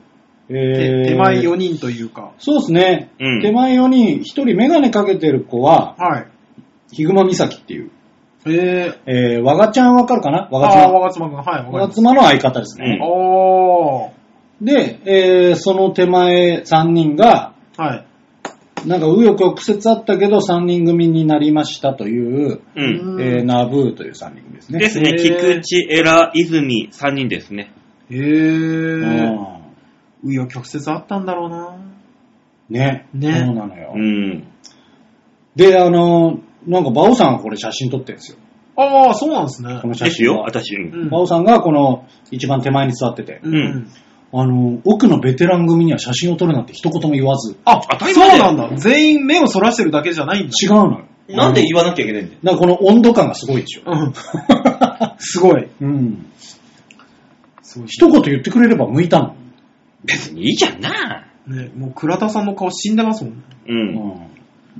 ー手えー手前4人というか。そうですね。うん手前4人、1人メガネかけてる子は、はい。ヒグマミサキっていう、ええー、わがちゃんわかるかなー、わがちあゃあ、ん。わわがつまくん。はい、わかりがまつす。まの相方ですね。おー。で、えー、その手前3人が、はい。なんか右翼曲折あったけど3人組になりましたという、う。うんんえー、ナブーという3人組ですね。ですね。へー菊池、エラ、泉、3人ですね。へうー。ん紆余曲折あったんだろうな。ね。ねそうなのよ。うん。で、あのーなんか、馬王さんがこれ写真撮ってるんですよ。ああ、そうなんですねこ。の写です真よ、は。私。うんうん馬王さんがこの一番手前に座ってて、うんうんあのー奥のベテラン組には写真を撮るなんて一言も言わず、あ当た、りそう前だよなんだ。全員目をそらしてるだけじゃないんだ。違うのよ。なんでうん言わなきゃいけないんだよ。だからこの温度感がすごいでしょ。うん。 <laughs> すごい。うん。すごい。一言言ってくれれば向いたの。別にいいじゃんな。ね、もう倉田さんの顔死んでますもんね。う。うんん。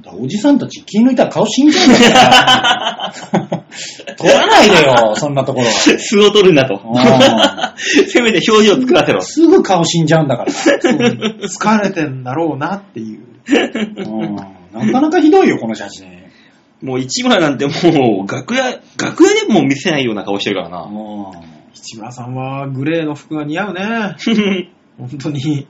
だからおじさんたち気抜いたら顔死んじゃうんだから。撮らないでよ、そんなところは。 <laughs> 素を取るなと。あ <laughs> せめて表情作らせろ。すぐ顔死んじゃうんだから。そう疲れてんだろうなっていう。うんなかなかひどいよ、この写真。もう市村なんてもう、楽屋、楽屋でも見せないような顔してるからな。う市村さんはグレーの服が似合う <laughs> ね。本当に。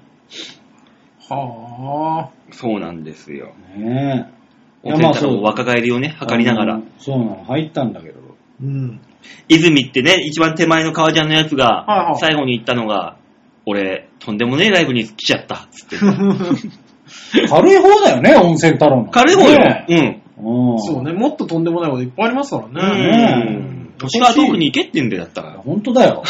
はそうなんですよ。ん。ねえ。お前たちも若返りをね、測りながら。そうなの、入ったんだけど。あ。うん。泉ってね、一番手前の革ジャンのやつはいはがい、最後に言ったのが、俺、とんでもねえライブに来ちゃった。つ <laughs> って。軽い方だよね、温泉太郎の。軽い方よね。うん。うん。そうね、もっととんでもないこといっぱいありますかうらね。ん。年が遠くに行けって言うんだよ、だったから。本当だよ。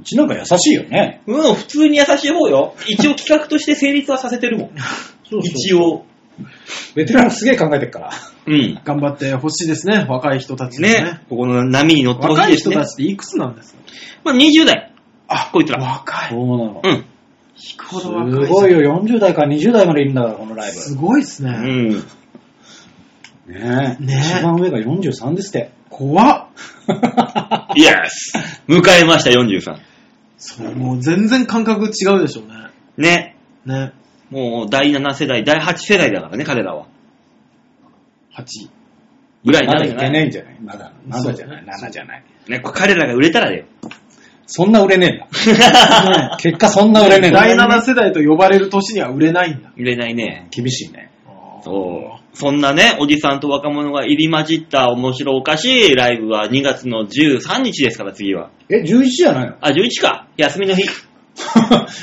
うちなんか優しいよね。うん、普通に優しい方よ。一応企画として成立はさせて <laughs> るもん。一応。ベテランすげえ考えてるから。うん。頑張ってほしいですね、若い人たちにね。ね、ここの波に乗ってほしい若いです人ね。たちっていくつなんですかまあ、20代。あこいつら。若い。そうなの。うん。引くほすど若い。ごい。よ、40代から20代までいるんだから、このライすごいっすうね。ん。ブ。ねえ。ねえ一番上が43ですって。怖っ。<laughs> イエス迎えました、43。そう、もう全然感覚違うでしょうね。ね。ね。もう、第7世代、第8世代だからね、彼らは。 8。ぐらいにまなだるんじいゃけないないんじゃないまだ、まだじゃない、そう7じゃない。ね、これ彼らが売れたらだよ。そんな売れねえんだ。結果そんな売れねえんだ。第7世代と呼ばれる年には売れないんだ。売れないね。厳しいね。そう。そんなね、おじさんと若者が入り混じった面白おかしいライブは2月の13日ですから、次は。え、11じゃないの <laughs> あ、11か。休みの日。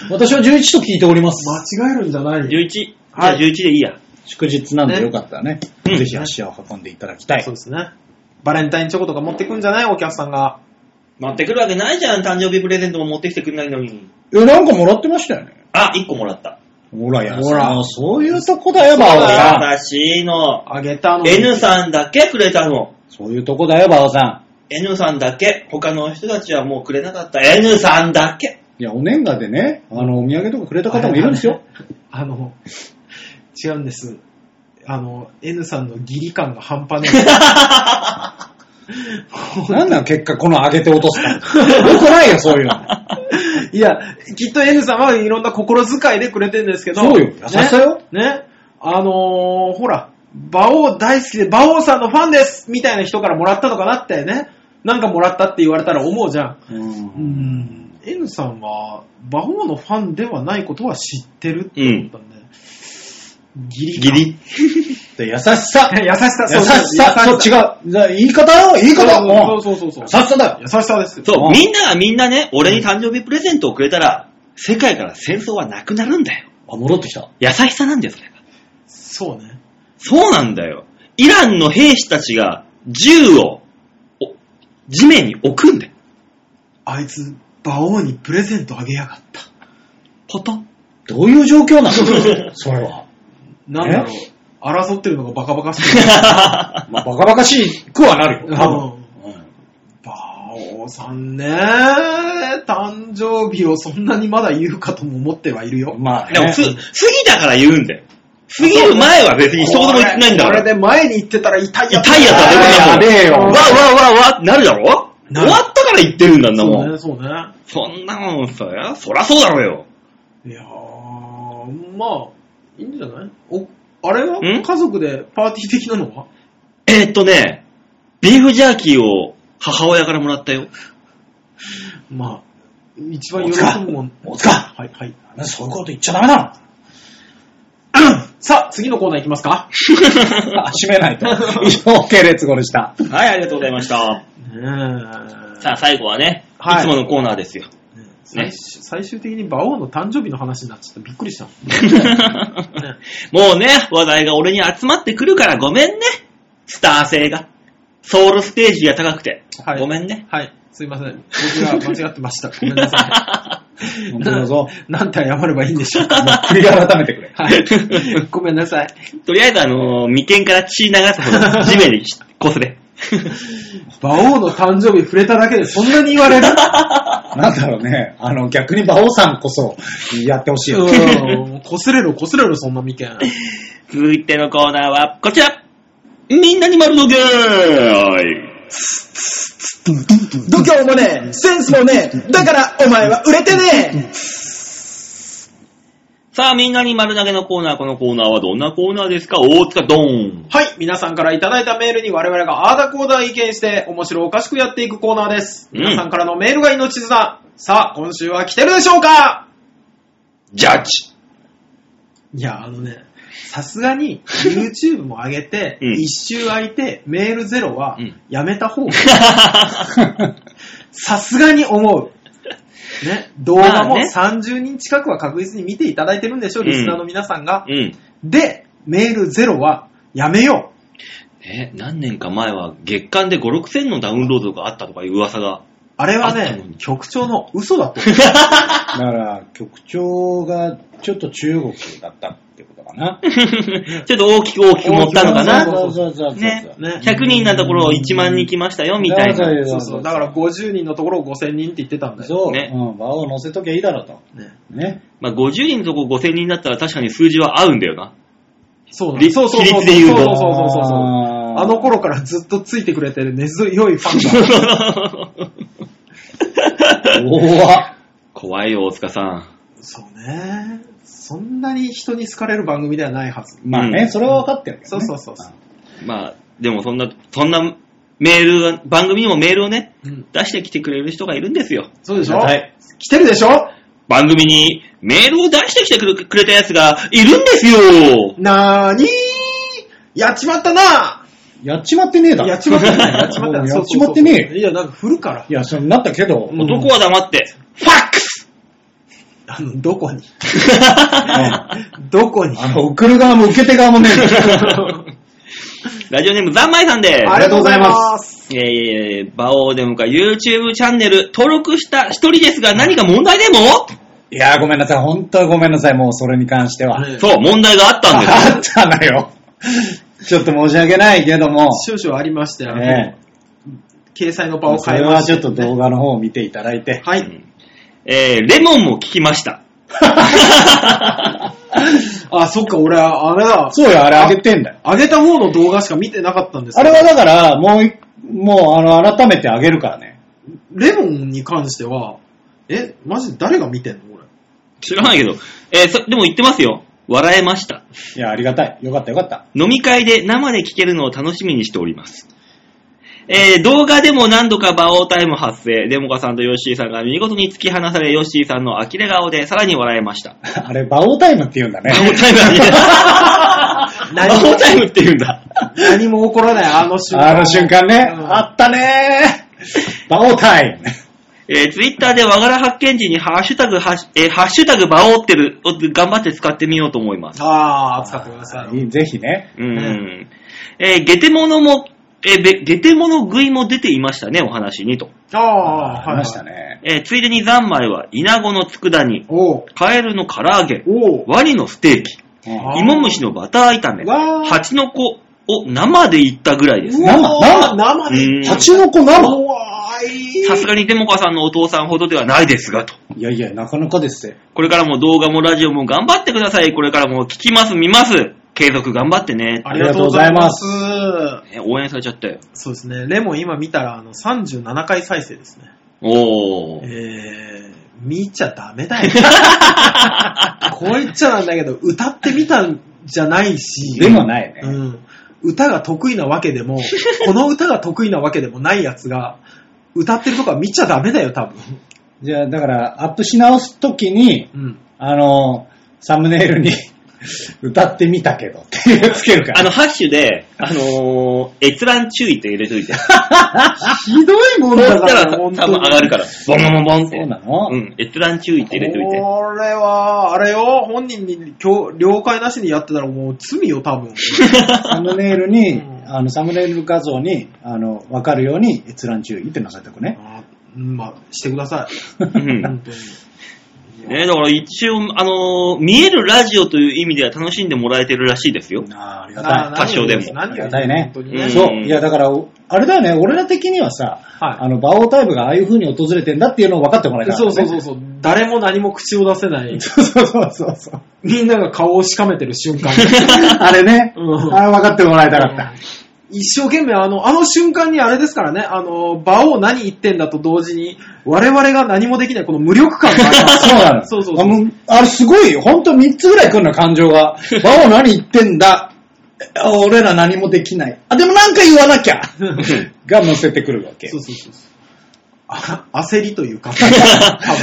私は11と聞いております。間違えるんじゃないよ。 11。じゃあはい11でいいや。祝日なんでよかったらね。うんぜひ足を運んでいただきたい。そうですね。バレンタインチョコとか持ってくんじゃないお客さんが。待ってくるわけないじゃん、誕生日プレゼントも持ってきてくんないのに。え、なんかもらってましたよね。あ、1個もらった。ほらや、ほらそうそういうとこだよ、バオさん。優しいの。あげたのに。 N さんだけくれたの。そういうとこだよ、バオさ N さんだけ。他の人たちはもうくれなかった。N さんだけ。ん。いや、お年賀でね、あの、お土産とかくれた方もいるんですよ。 <laughs> あの、違うんです。あの、N さんの義理感が半端 <laughs> ない。なんなん結果この上げて落とすから。よくないよ、そういうの。いや、きっと N さんはいろんな心遣いでくれてるんですけど。そうよ優しさよね。ねあのーほら、馬王大好きで、馬王さんのファンですみたいな人からもらったのかなってね。なんかもらったって言われたら思うじゃん。うーん。N さんは、馬王のファンではないことは知ってるって思ったんで。ギリギリ。で優しさ優しさ、優しさそうそう、違う。じゃあ言い方よ言い方もうそうそうそうそう優しさだよ優しさですよ。そう、うんみんながみんなね、俺に誕生日プレゼントをくれたら、世界から戦争はなくなるんだよ。あ、戻ってきた。優しさなんだよ、それが。そうね。そうなんだよ。イランの兵士たちが銃をお地面に置くんだよ。あいつ、馬王にプレゼントあげやがった。ポトン。どういう状況なのそれは。なんだろう。争ってるのがバカバ <laughs> カしい。まあ、バカバカしくはなるよ、多分。馬王さんね、誕生日をそんなにまだ言うかとも思ってはいるうよん。まあ、でも、ねす、過ぎだから言うんだよ。過ぎる前は別に一言も言ってないんだかこれら。で前に行ってたら痛いやつ痛いやつだねやべえよ。わわわわってなるだろ終なわるったから言ってるんだんなそも。うんね、そうね。そんなもんさ、そらそうだろうよ。いやー、まあ、いいんじゃないお、あれはん家族でパーティー的なのはえーっとね、ビーフジャーキーを母親からもらったよ。まあ、一番喜ぶもん。大塚はい、はい。 <clears throat> なんでそういうこと言っちゃダメなのさあ、次のコーナーいきますか。あ閉めないと。以上、系列語でした。はい、ありがとうございました。さあ、最後はね、はいいつものコーナーです <laughs> よ。ね最終最終的に馬王の誕生日の話になっちゃってびっくりした。ねもうね、話題が俺に集まってくるからごめんね。スター性が。ソウルステージが高くて。はいごめんね。はい、すいません。僕が間違ってま <laughs> した。ごめんなさい。本当だぞ。ななんて謝ればいいんでしょうか。 <laughs> 繰り改めてくれ。はい。ごめんなさい。とりあえず、あのー眉間から血流すほど地面にこす <laughs> れ。馬王の誕生日触れただけでそんなに言われるなんだろうね。あの、逆に馬王さんこそ、やってほしいよ。うん、こすれろ、こすれろ、そんな眉 <laughs> 間。続いてのコーナーはこちらみんなに丸投げはい度胸もねえ、センスもねえ、だからお前は売れてねえ。さあ、みんなに丸投げのコーナー、このコーナーはどんなコーナーですか大塚ドーンはい、皆さんからいただいたメールに我々があーだこーだ意見して面白おかしくやっていくコーナーです。うん皆さんからのメールが命綱。さあ、今週は来てるでしょうか <laughs> ジャッジいや、あのね、さすが <laughs> に YouTube も上げて、うん一周空いてメールゼロはうんやめた方が、さすがに思う。ね、動画もまあね30人近くは確実に見ていただいてるんでしょう、うんリスナーの皆さんが。うん。で、メールゼロはやめよえ、何年か前は月間で5、6千のダウンロードがあったとかいう噂が。う。あれはあったのねに、局長の嘘だとだから、局長がちょっと中国だったってことか <laughs> な。ちょっと大きく大きく持ったのかな。そうそうそうそうそう。ね <laughs> ね100人なところを1万人来ましたよ、みたいな。そうそう。だから50人のところを5000人って言ってたんだよ。そう、ねうん、場を乗せときゃいいだろうと。ねね。まあ、50人のとこ5000人だったら確かに数字は合うんだよな。そうなんりそうそうそう。比率で言うとそうそうそうそうそう。あーあの頃からずっとついてくれてる根強いファンが。怖っ <laughs> 怖いよ、大塚さん。そうね。そんなに人に好かれる番組ではないはず。まあね、うんそれは分かってるけど、ね。そうそうそうそうまあ、でもそんな、そんなメールが、番組にもメールをね、うん。出してきてくれる人がいるんですよ。そうでしょはい。来てるでしょ番組にメールを出してきてくれくれたやつがいるんですよなーにーやっちまったなやっちまってねえだろ。やっちまった <laughs> な。やっちまったうんな。やそうっそちうそうまってねえよ。いや、なんか振るからい。や、そうなったけど、うん男は黙って、ファックス <laughs> あの、どこ <laughs> にあどこにの、送る側も受け手側もねえんだよラジオネーム、ざんまいさんでありがとうございます。す。えー、バオデモか YouTube チャンネル登録した一人ですが何か問題でもいや、ごめんなさい。本当はごめんなさい。もうそれに関しては。ねそう、問題があったんですあったのよ。ちょっと申し訳ないけども、少々ありまして、あのね掲載の場をそ変えれまはしちてょっと動画の方を見ていただいて。は <laughs> うい。んえー、レモンも聞きました。あ、そっか、俺、あれだ。そうよ、あれ上げてんだよ。上げた方の動画しか見てなかったんですあけどれはだから、もうい、もう、あの、改めて上げるからね。レモンに関しては、え、マジ誰が見てんの俺。知らないけど。えーそでも言ってますよ。笑えました。いや、ありがたい。よかったよかった。飲み会で生で聞けるのを楽しみにしております。えー動画でも何度か馬王タイム発生。デモカさんとヨッシーさんが見事に突き放され、ヨッシーさんの呆れ顔でさらに笑えました。あれ、バオタイムって言うんだね馬。王タイムだね何馬王タイムって言うんだ。何も起こらない、あの瞬間。あの瞬間ね。うんあったねー。バオタイム。えー、ツイッターで和柄発見時にハッシュタグ、ハッシュえーハッシュタグ馬王ってるを頑張って使ってみようと思います。あー、使ってください。いいぜひね。うん。えー、ゲテモノも、えーべゲテモノ食いも出ていましたね、お話にと。ああー、ありました。ね。えーついでに三昧は、イナゴの佃煮、おう、カエルの唐揚げ、おう、ワニのステーキ、うんあーイモムシのバター炒め、わーハチノコを生でいったぐらいですうね。わー生生でうん蜂の子生怖い。さすがにデモカさんのお父さんほどではないですが、と。いやいや、なかなかですよ。これからも動画もラジオも頑張ってください。これからも聞きます、見ます。継続頑張ってね。ありがとうございます。ね応援されちゃったよ。そうですね、レモン今見たら、あの、37回再生ですね。おー。えー、見ちゃダメだよ。 <laughs> こう言っちゃなんだけど、歌ってみたんじゃないし。でもないね。うん、歌が得意なわけでも、この歌が得意なわけでもないやつが、歌ってるとこは見ちゃダメだよ、多分。じゃあ、だから、アップし直すときに、うん。あの、サムネイルに <laughs> 歌ってみたけどっていうつけるから。あの、ハッシュで、あのー、閲覧注意って入れといて。ひどいもそうんだしかたら、ら多本分当上にがるから。ボンボンボンボンって。そうなのうん。閲覧注意って入れておいて。これは、あれよ、本人に今日了解なしにやってたらもう罪よ、多分。サムネイルにう、んあの、サムネイル画像に、あの、わかるように閲覧注意って載せておくね。あうんまあ、してくださうい。本ん当に。ねだから一応、あのー見えるラジオという意味では楽しんでもらえてるらしいです <laughs> よ。ああ、ありがなた多少でも何よありがたいね本当うにんい。ね。そう。いや、だから、おあれだよね、俺ら的にはさ、はいあの、バオタイムがああいう風に訪れてんだっていうのを分かってもらえたかそらうね、そうそうそう。誰も何も口を出せない。そうそうそうそう。みんなが顔をしかめてる瞬間。 <laughs> あれね、うんああ分かってもらえたかった。一生懸命あの、あの瞬間にあれですからね、あの、場を何言ってんだと同時に、我々が何もできないこの無力感があります。そうなの。そうそうそうあのあれすごいよ。ほんと3つぐらい来るの、感情 <laughs> が。バオ何言ってんだ。あ俺ら何もできない。あ、でもなんか言わな <laughs> きゃが乗せてくるわけそ。うそうそうそうあ。焦りというか、多分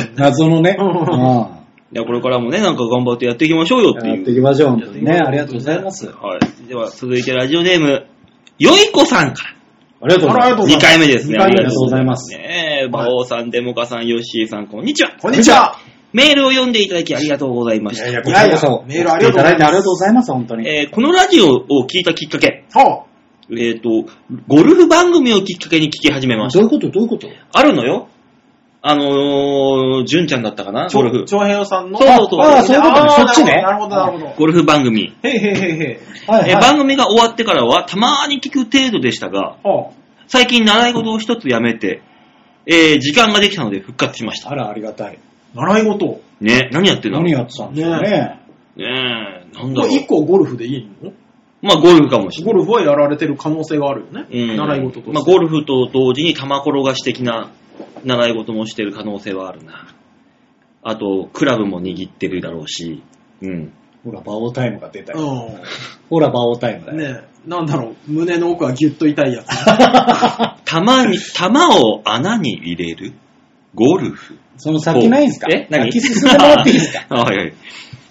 ね。謎のね。うんああいや、これからもね、なんか頑張ってやっていきましょうよっていう。やっていきましょう、本当にね。ありがとうございます。あはい。では、続いてラジオネーム、よいこさんかりがとうございます。ら。2回目ですね。二回目ありがとうございますねえ、馬王さん、デモカさん、ヨッシーさん、こんにちは。こんにちは。メールを読んでいただきありがとうございました。こちらこそいやいやメールありがとうございます来ていただいてありがとうございます、本当に。えーこのラジオを聞いたきっかけ、はえっ、と、ゴルフ番組をきっかけに聞き始めましどういうことどういうことた。あるのよ。あのー、純ちゃんだったかな、あ、ゴルフ。長平洋さんの。そうそうそうああ、そういうことねあ。あそっちね。なるほど、なるほど。ゴルフ番組。へいへいへいへはえー番組が終わってからはたまーに聞く程度でしたが、い。は最近習い事を一つやめて、えー時間ができたので復活しました。あら、ありがたい。あ。習い事。もね、何やってんの何ねやってたんですかね。え、なんだろう一う。個ゴルフでいいのまあ、ゴルフかもしれゴルフはやられてる可能性があるよね。ない。うん習い事として。まあ、ゴルフと同時に玉転がし的な習い事もしてる可能性はあるな。あと、クラブも握ってるだろうし、うん。ほら、バオタイムが出たよ。うほら、バオタイムだん。よ。ねえなんだろう、胸の奥はギュッと痛いやつ。玉 <laughs> に、玉を穴に入れるゴルフ。その先ないんすかえ何先進んでもらっていいですか <laughs> はいはい。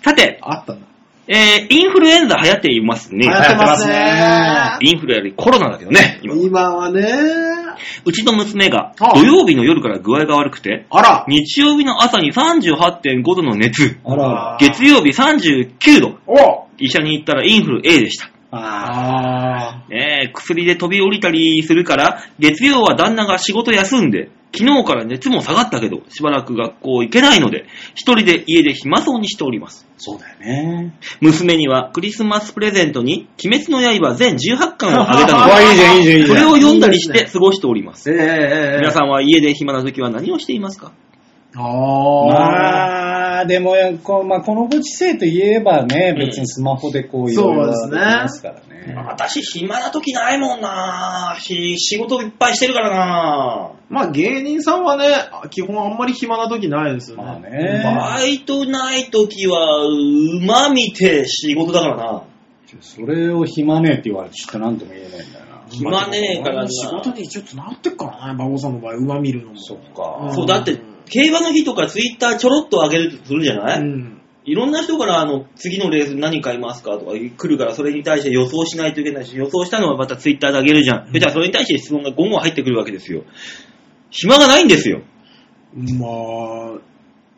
さて、あったんだ。えー、インフルエン <laughs> ザ流行っていますね流。行ってます流ね行。インフルよりコロナだけどね、今。今はね、うちの娘がああ土曜日の夜から具合が悪くて、あら、日曜日の朝に38.5度の熱、あらああー月曜日39度、お医者に行ったらインフル A でした。ら。ああねえ、薬で飛び降りたりするから、月曜は旦那が仕事休んで、昨日から熱も下がったけど、しばらく学校行けないので、一人で家で暇そうにしております。ーそうだよね。娘にはクリスマスプレゼントに、鬼滅の刃全18巻をあげた <laughs> のあで、いいじゃんいいじゃんそれを読んだ <laughs> りしいいてで過ごしております。ええええ皆さんは家で暇な時は何をしていますかああ、まあ、でもこう、まあ、このご時世といえばね、うん別にスマホでこう、いろいろそうでですねきますからね。私暇な時ないもんなし仕事いっぱいしてるからなまあ芸人さんはね、基本あんまり暇な時ないですよね。まあねバイトない時は、馬見て仕事だからなそれを暇ねえって言われて、ちょっと何とも言えないんだよな。暇ねえからな仕事にちょっとなってっからね、馬王さんの場合、馬見るのも。そっか。そう、だって、競馬の日とかツイッターちょろっと上げるとするじゃなうい、ん。いろんな人から、あの、次のレース何買いますかとか来るから、それに対して予想しないといけないし、予想したのはまたツイッターで上げるじゃん。うんじゃあ、それに対して質問が5問入ってくるわけですよ。暇がないんですよ。まあ、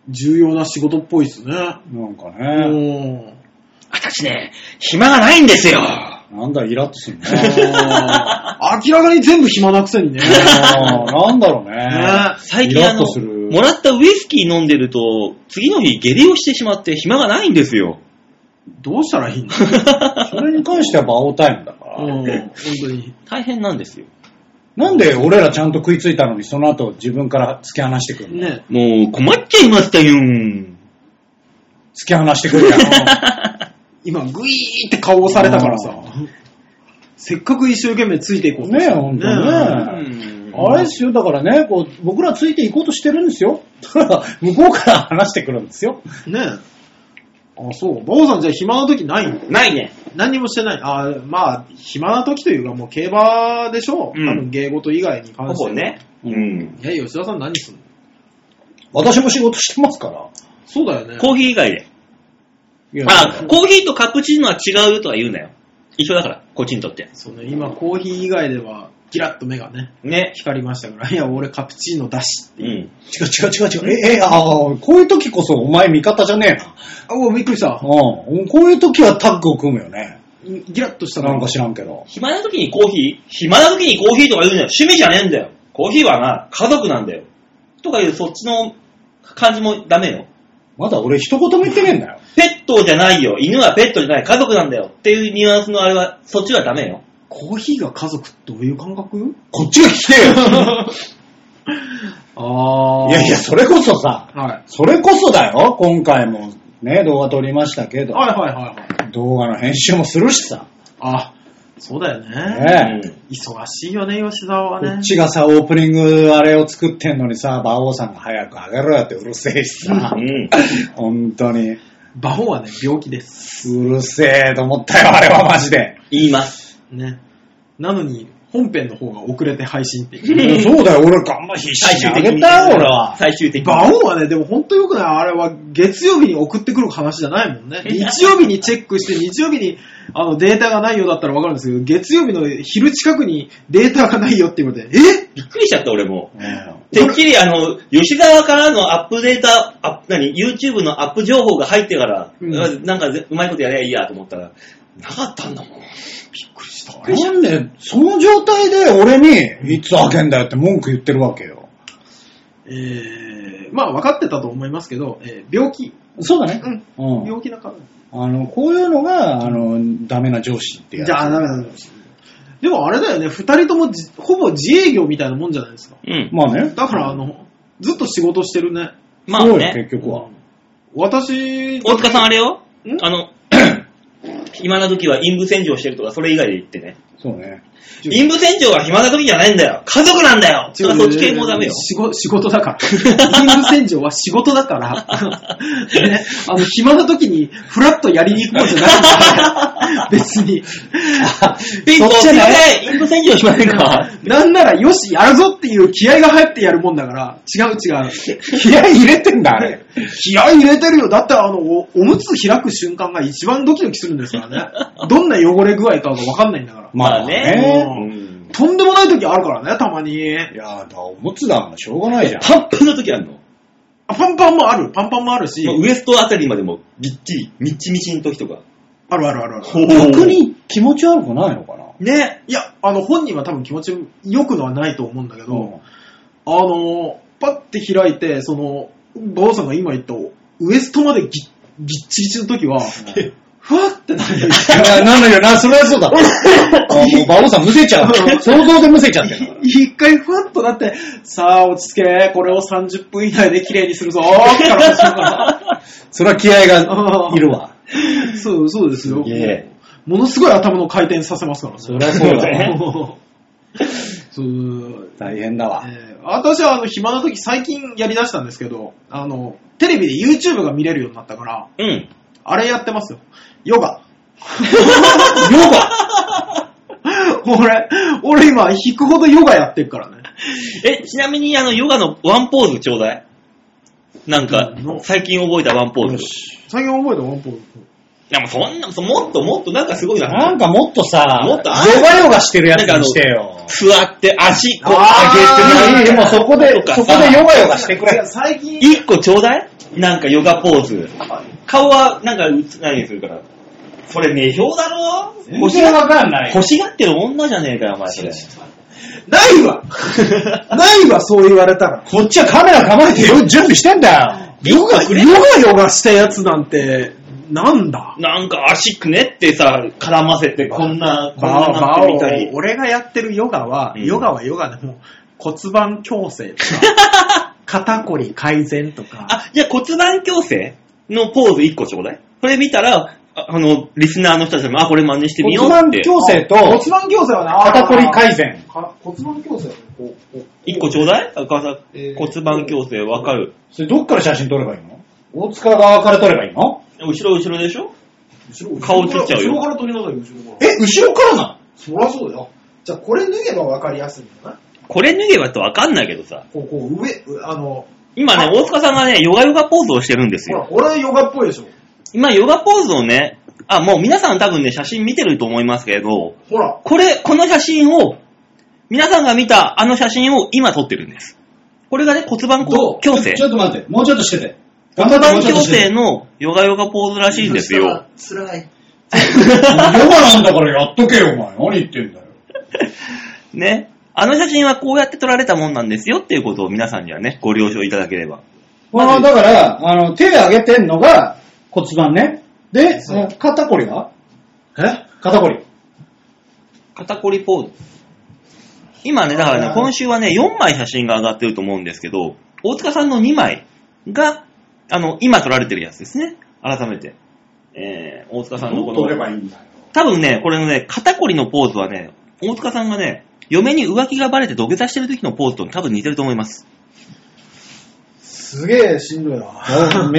重要な仕事っぽいですね。なんかうね、ん。私ね、暇がないんですよ。なんだ、イラッとするね。あー明らかに全部暇なくせにね。あーなんだろうね。最イ近あラッのとす、るもらったウイスキー飲んでると、次の日下痢をしてしまって暇がないんですよ。どうしたらい <laughs> いのそれに関してはバオタイムだから。うん、本当に。大変なんですよ。なんで俺らちゃんと食いついたのに、その後自分から突き放してくるの、ね。もう困っちゃいましたよ。突き放してくるやん。今、グイーって顔をされたからさう。せっかく一生懸命ついていこうとしねえ、たほんとにうね。んあれですよ、だからね、こう、僕らついていこうとしてるんですよ。 <laughs> ただ、向こうから話してくるんですよ。ねえ。あ、そう。バオさんじゃあ暇な時ないのないね。何にもしてない。あーまあ、暇な時というかもう競馬でしょう。うん多分芸事以外にほ関して。ぼ。ね。うんいや、吉田さん何すんの私も仕事してますから。そうだよね。コーヒー以外で。いやあ、コーヒーとカプチーノは違うよとは言うなよ。一緒だから、こっちにとって。そうね、今コーヒー以外では、ギラッと目がね、ね。光りましたから。いや、俺カプチーノだしってういう。ん。違う違う違う違う。え、え、ああ、こういう時こそお前味方じゃねえな。あ、おびっくりした。うん。こういう時はタッグを組むよね。ギラッとしたなんか知らんけど。暇な時にコーヒー暇な時にコーヒーとか言うなよ。趣味じゃねえんだよ。コーヒーはな、家族なんだよ。とかいうそっちの感じもダメよ。まだ俺一言も言ってねえんだよ。ペットじゃないよ。犬はペットじゃない。家族なんだよ。っていうニュアンスのあれは、そっちはダメよ。コーヒーが家族どういう感覚こっちが聞けよ。 <laughs> あいやいや、。それこそさ、はい。それこそだよ、今回もね、動画撮りましたけど、はいはいはいはい。動画の編集もするしさ、あ、そうだよね。ねえ忙しいよね、吉沢はこねっ。ちがさ、オープニングあれを作ってんのにさ、馬王さんが早く上げろよってうるせえしさ <laughs> う、ん。本当に、バオはね、病気です。うるせえと思ったよ、あれはマジで。言います。ね。なのに、本編の方が遅れて配信っていう。 <laughs> そうだよ、俺頑張り必死にあげたよ、俺は。最終的に。バオンはね、でも本当よくないあれは月曜日に送ってくる話じゃないもんね。日曜日にチェックして、日曜日にあのデータがないようだったらわかるんですけど、月曜日の昼近くにデータがないよって言われて、えびっくりしちゃった、俺も。てっきり、あの、吉沢からのアップデータ、アップ、何、YouTube のアップ情報が入ってから、うんなんかぜうまいことやればいいやと思ったら、なかったんだもん。びっくりした。なんで、その状態で俺に、いつ開けんだよって文句言ってるわけよ。えー、まあ分かってたと思いますけど、えー病気。そうだね。うん。うん。病気だから。あの、こういうのが、あの、ダメな上司ってやつ。じゃあ、ダメなの。でもあれだよね、二人ともじほぼ自営業みたいなもんじゃないですか。うん。まあね。だからあの、ずっと仕事してるね。まあそうよね。結局は。私、大塚さんあれよんあの、 <clears throat> 暇な時は陰部洗浄してるとか、それ以外で言ってね。そうね。陰部洗浄は暇な時じゃないんだよ。家族なんだよ。違うそっち系もダメよ。仕事仕事だから。勤務洗浄は仕事だ <laughs> から。ね、あの、暇な時にフラッとやりに行くもんじゃないんだから。別に。ピンポンそっちすいじゃまないせん陰部洗浄しませんか <laughs> なんならよし、やるぞっていう気合が入ってやるもんだから。違う違う。気合い入れてんだ、あれ。気合入れてるよ。だってあの、おおむつ開く瞬間が一番ドキドキするんです <laughs> からね。どんな汚れ具合かがわかんないんだから。まあね。まあうんとんでもない時あるからね、たまに。いやだ、おむつだもん、しょうがないじゃん。パンパンの時あるのあパンパンもある。パンパンもあるし。もうウエストあたりまでもびっちり、みっちみちの時とか。あるあるあるある。逆に気持ち悪くないのかなね、いや、あの、本人は多分気持ち良くのはないと思うんだけど、うんあの、パッて開いて、その、馬王さんが今言った、ウエストまでぎぎっちぎちの時は、ふわって <laughs> なる。ななんだよな、それはそうだ。あもう、馬王さんむせちゃう。想像でむせちゃってるから。一回ふわっとなって、さあ落ち着け、これを30分以内で綺麗にするぞ、って話だ <laughs> かそれは気合がいるわ。ら。そう、そうですよ。いえものすごい頭の回転させますからね。そりゃそうだね。 <laughs> そう大変だわ。えー私はあの暇な時最近やりだしたんですけど、あの、テレビで YouTube が見れるようになったから、うん。あれやってますよ。ヨガ。 <laughs> ヨガ俺、俺今引くほどヨガやってるからね。え、ちなみにあの、ヨガのワンポーズちょうだい。なんかう、ん最近覚えたワンポーズ。最近覚えたワンポーズ。いや、もうそんな、そもっともっとなんかすごいな。なんかもっとさ、もっとあヨガヨガしてるやつにしてよ。座って足こうあ上ーげいていみもうそこで、とかさそこでヨガヨガしてくいれや。最近、一個ちょうだいなんかヨガポーズ。顔はなんか映らないようにするから。それ目標だろ欲しがわかんな欲しがってる女じゃねえかよ、お前それ。ない <laughs> わないわ、そう言われたら。こっちはカメラ構えてよ準備してんだよ。ヨガ、ヨガヨガしたやつなんて、なんだなんか足くねってさ、絡ませてこんな、こんななってみたり。俺がやってるヨガは、うんヨガはヨガでも骨盤矯正 <laughs> とか、肩こり改善とか。あ、じゃあ骨盤矯正のポーズ1個ちょうだい。それ見たら、ああの、リスナーの人たちも、あ、これ真似してみよう骨っ盤て矯。正と盤矯正はね、肩こり改善。か骨盤矯正はねこうこ1個ちょうだい赤さんえー骨盤矯正わかる。それどっから写真撮ればいいの大塚側から撮ればいいの後ろ後ろでしょう後ろ顔ちっちゃうよ後ろから取りなさいよ、後ろから。え、後ろからなのそりゃそうだよ。じゃあ、これ脱げば分かりやすいんだな。これ脱げばとわかんないけどさ。こう、こう、上、うあの、今ね、大塚さんがね、ヨガヨガポーズをしてるんですほらよ。、俺はヨガっぽいでしょ。今、ヨガポーズをね、あ、もう皆さん多分ね、写真見てると思いますけど、ほら、これ、この写真を、皆さんが見たあの写真を今撮ってるんです。これがね、骨盤こう矯正。ょっと待って、もうちょっとしてて。骨盤矯正のヨガヨガポーズらしいんですよ。つらい。ヨガなんだからやっとけよ、お前。何言ってんだよ。ね。あの写真はこうやって撮られたもんなんですよっていうことを皆さんにはね、ご了承いただければ。まあ、だから、あの、手上げてんのが骨盤ね。で、そう肩こりはえ肩こり。肩こりポーズ。今ね、だからね、今週はね、4枚写真が上がってると思うんですけど、大塚さんの2枚が、あの、今撮られてるやつですね。改めて。えー、大塚さんのこの。いいんだよ。多分ね、これのね、肩こりのポーズはね、大塚さんがね、嫁に浮気がバレて土下座してる時のポーズと多分似てると思います。すげえしんどいな。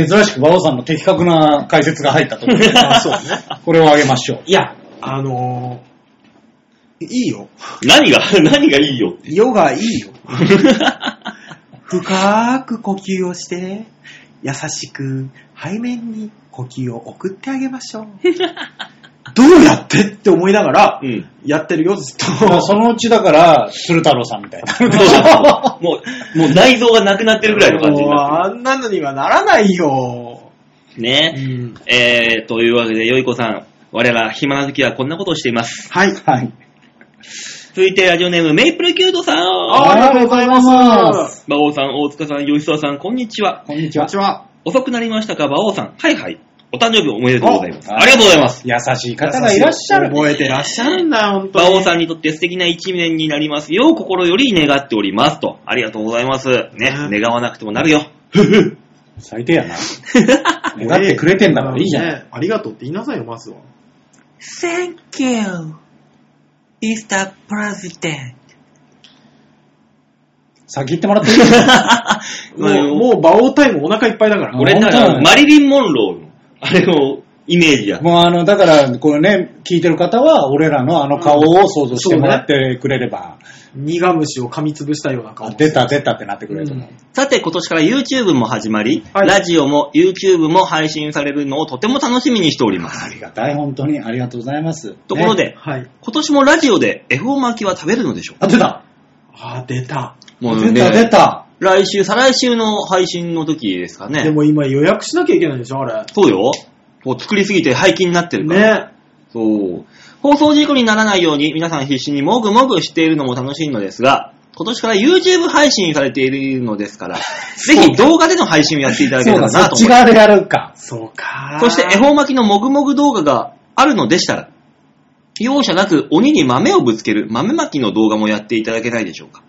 珍しく馬王さんの的確な解説が入ったと思う。あそうね。これをあげましょう。いや、あのいいよ。何が、 <laughs> 何がいいよ。ヨガいい <laughs> よ。深く呼吸をして、優しく背面に呼吸を送ってあげま <laughs> しょう。どうやってって思いながらう、 <laughs> ん。やってるよ、ずっもうと。そのうちだから、鶴太郎さんみたいな。もう、もう内臓がなくなってるぐらいの感じにもうなっあんなのにはならないよ。てる。ね。えー、というわけで、よいこさん、我ら暇な時はこんなことをしています。はい。はい。続いて、ラジオネーム、メイプルキュートさん。あありがとうございます。馬王さん、大塚さん、吉沢さん、こんにちは。こんにちは。は。遅くなりましたか、馬王さん。はいはい。お誕生日おめでとうございます。おありがとうございます。優しい方がいらっしゃる。覚えてらっしゃるんだ、本当に。馬王さんにとって素敵な一年になりますよう心より願っておりますと。ありがとうございます。ね、ね願わなくてもなるよ。最低や <laughs> な。だってくれてんだからいいじゃん。ねありがとうって言いなさいよ、まずは。 Thank you, Mr. President. 先行ってもらっていいですかもう、もう、馬王タイムお腹いっぱいだから。俺なん本当か、だねマリリン・モンローの、あれをイメージや。 <laughs> もうあの、だから、これね、聞いてる方は、俺らのあの顔を想像してもらってくれれば、苦虫を噛みつぶしたような顔。あ出た出たってなってくれると思う。さて、今年から YouTube も始まり、はいラジオも YouTube も配信されるのをとても楽しみにしております。ありがたい、本当に。ありがとうございます。ところで、ねはい。今年もラジオで恵方巻きは食べるのでしょうかあ、出たあー、出た。もうね出た出た来週、再来週の配信の時ですかね。でも今予約しなきゃいけないでしょ、あれ。そうよ。もう作りすぎて廃棄になってるから。ね。そう。放送事故にならないように皆さん必死にもぐもぐしているのも楽しいのですが、今年から YouTube 配信されているのですから、ぜひ動画での配信をやっていただけそれうばだ、そなっと思ちいます。側でやるか。そうか。そして恵方巻きのもぐもぐ動画があるのでしたら、容赦なく鬼に豆をぶつける豆巻きの動画もやっていただけないでしょうか。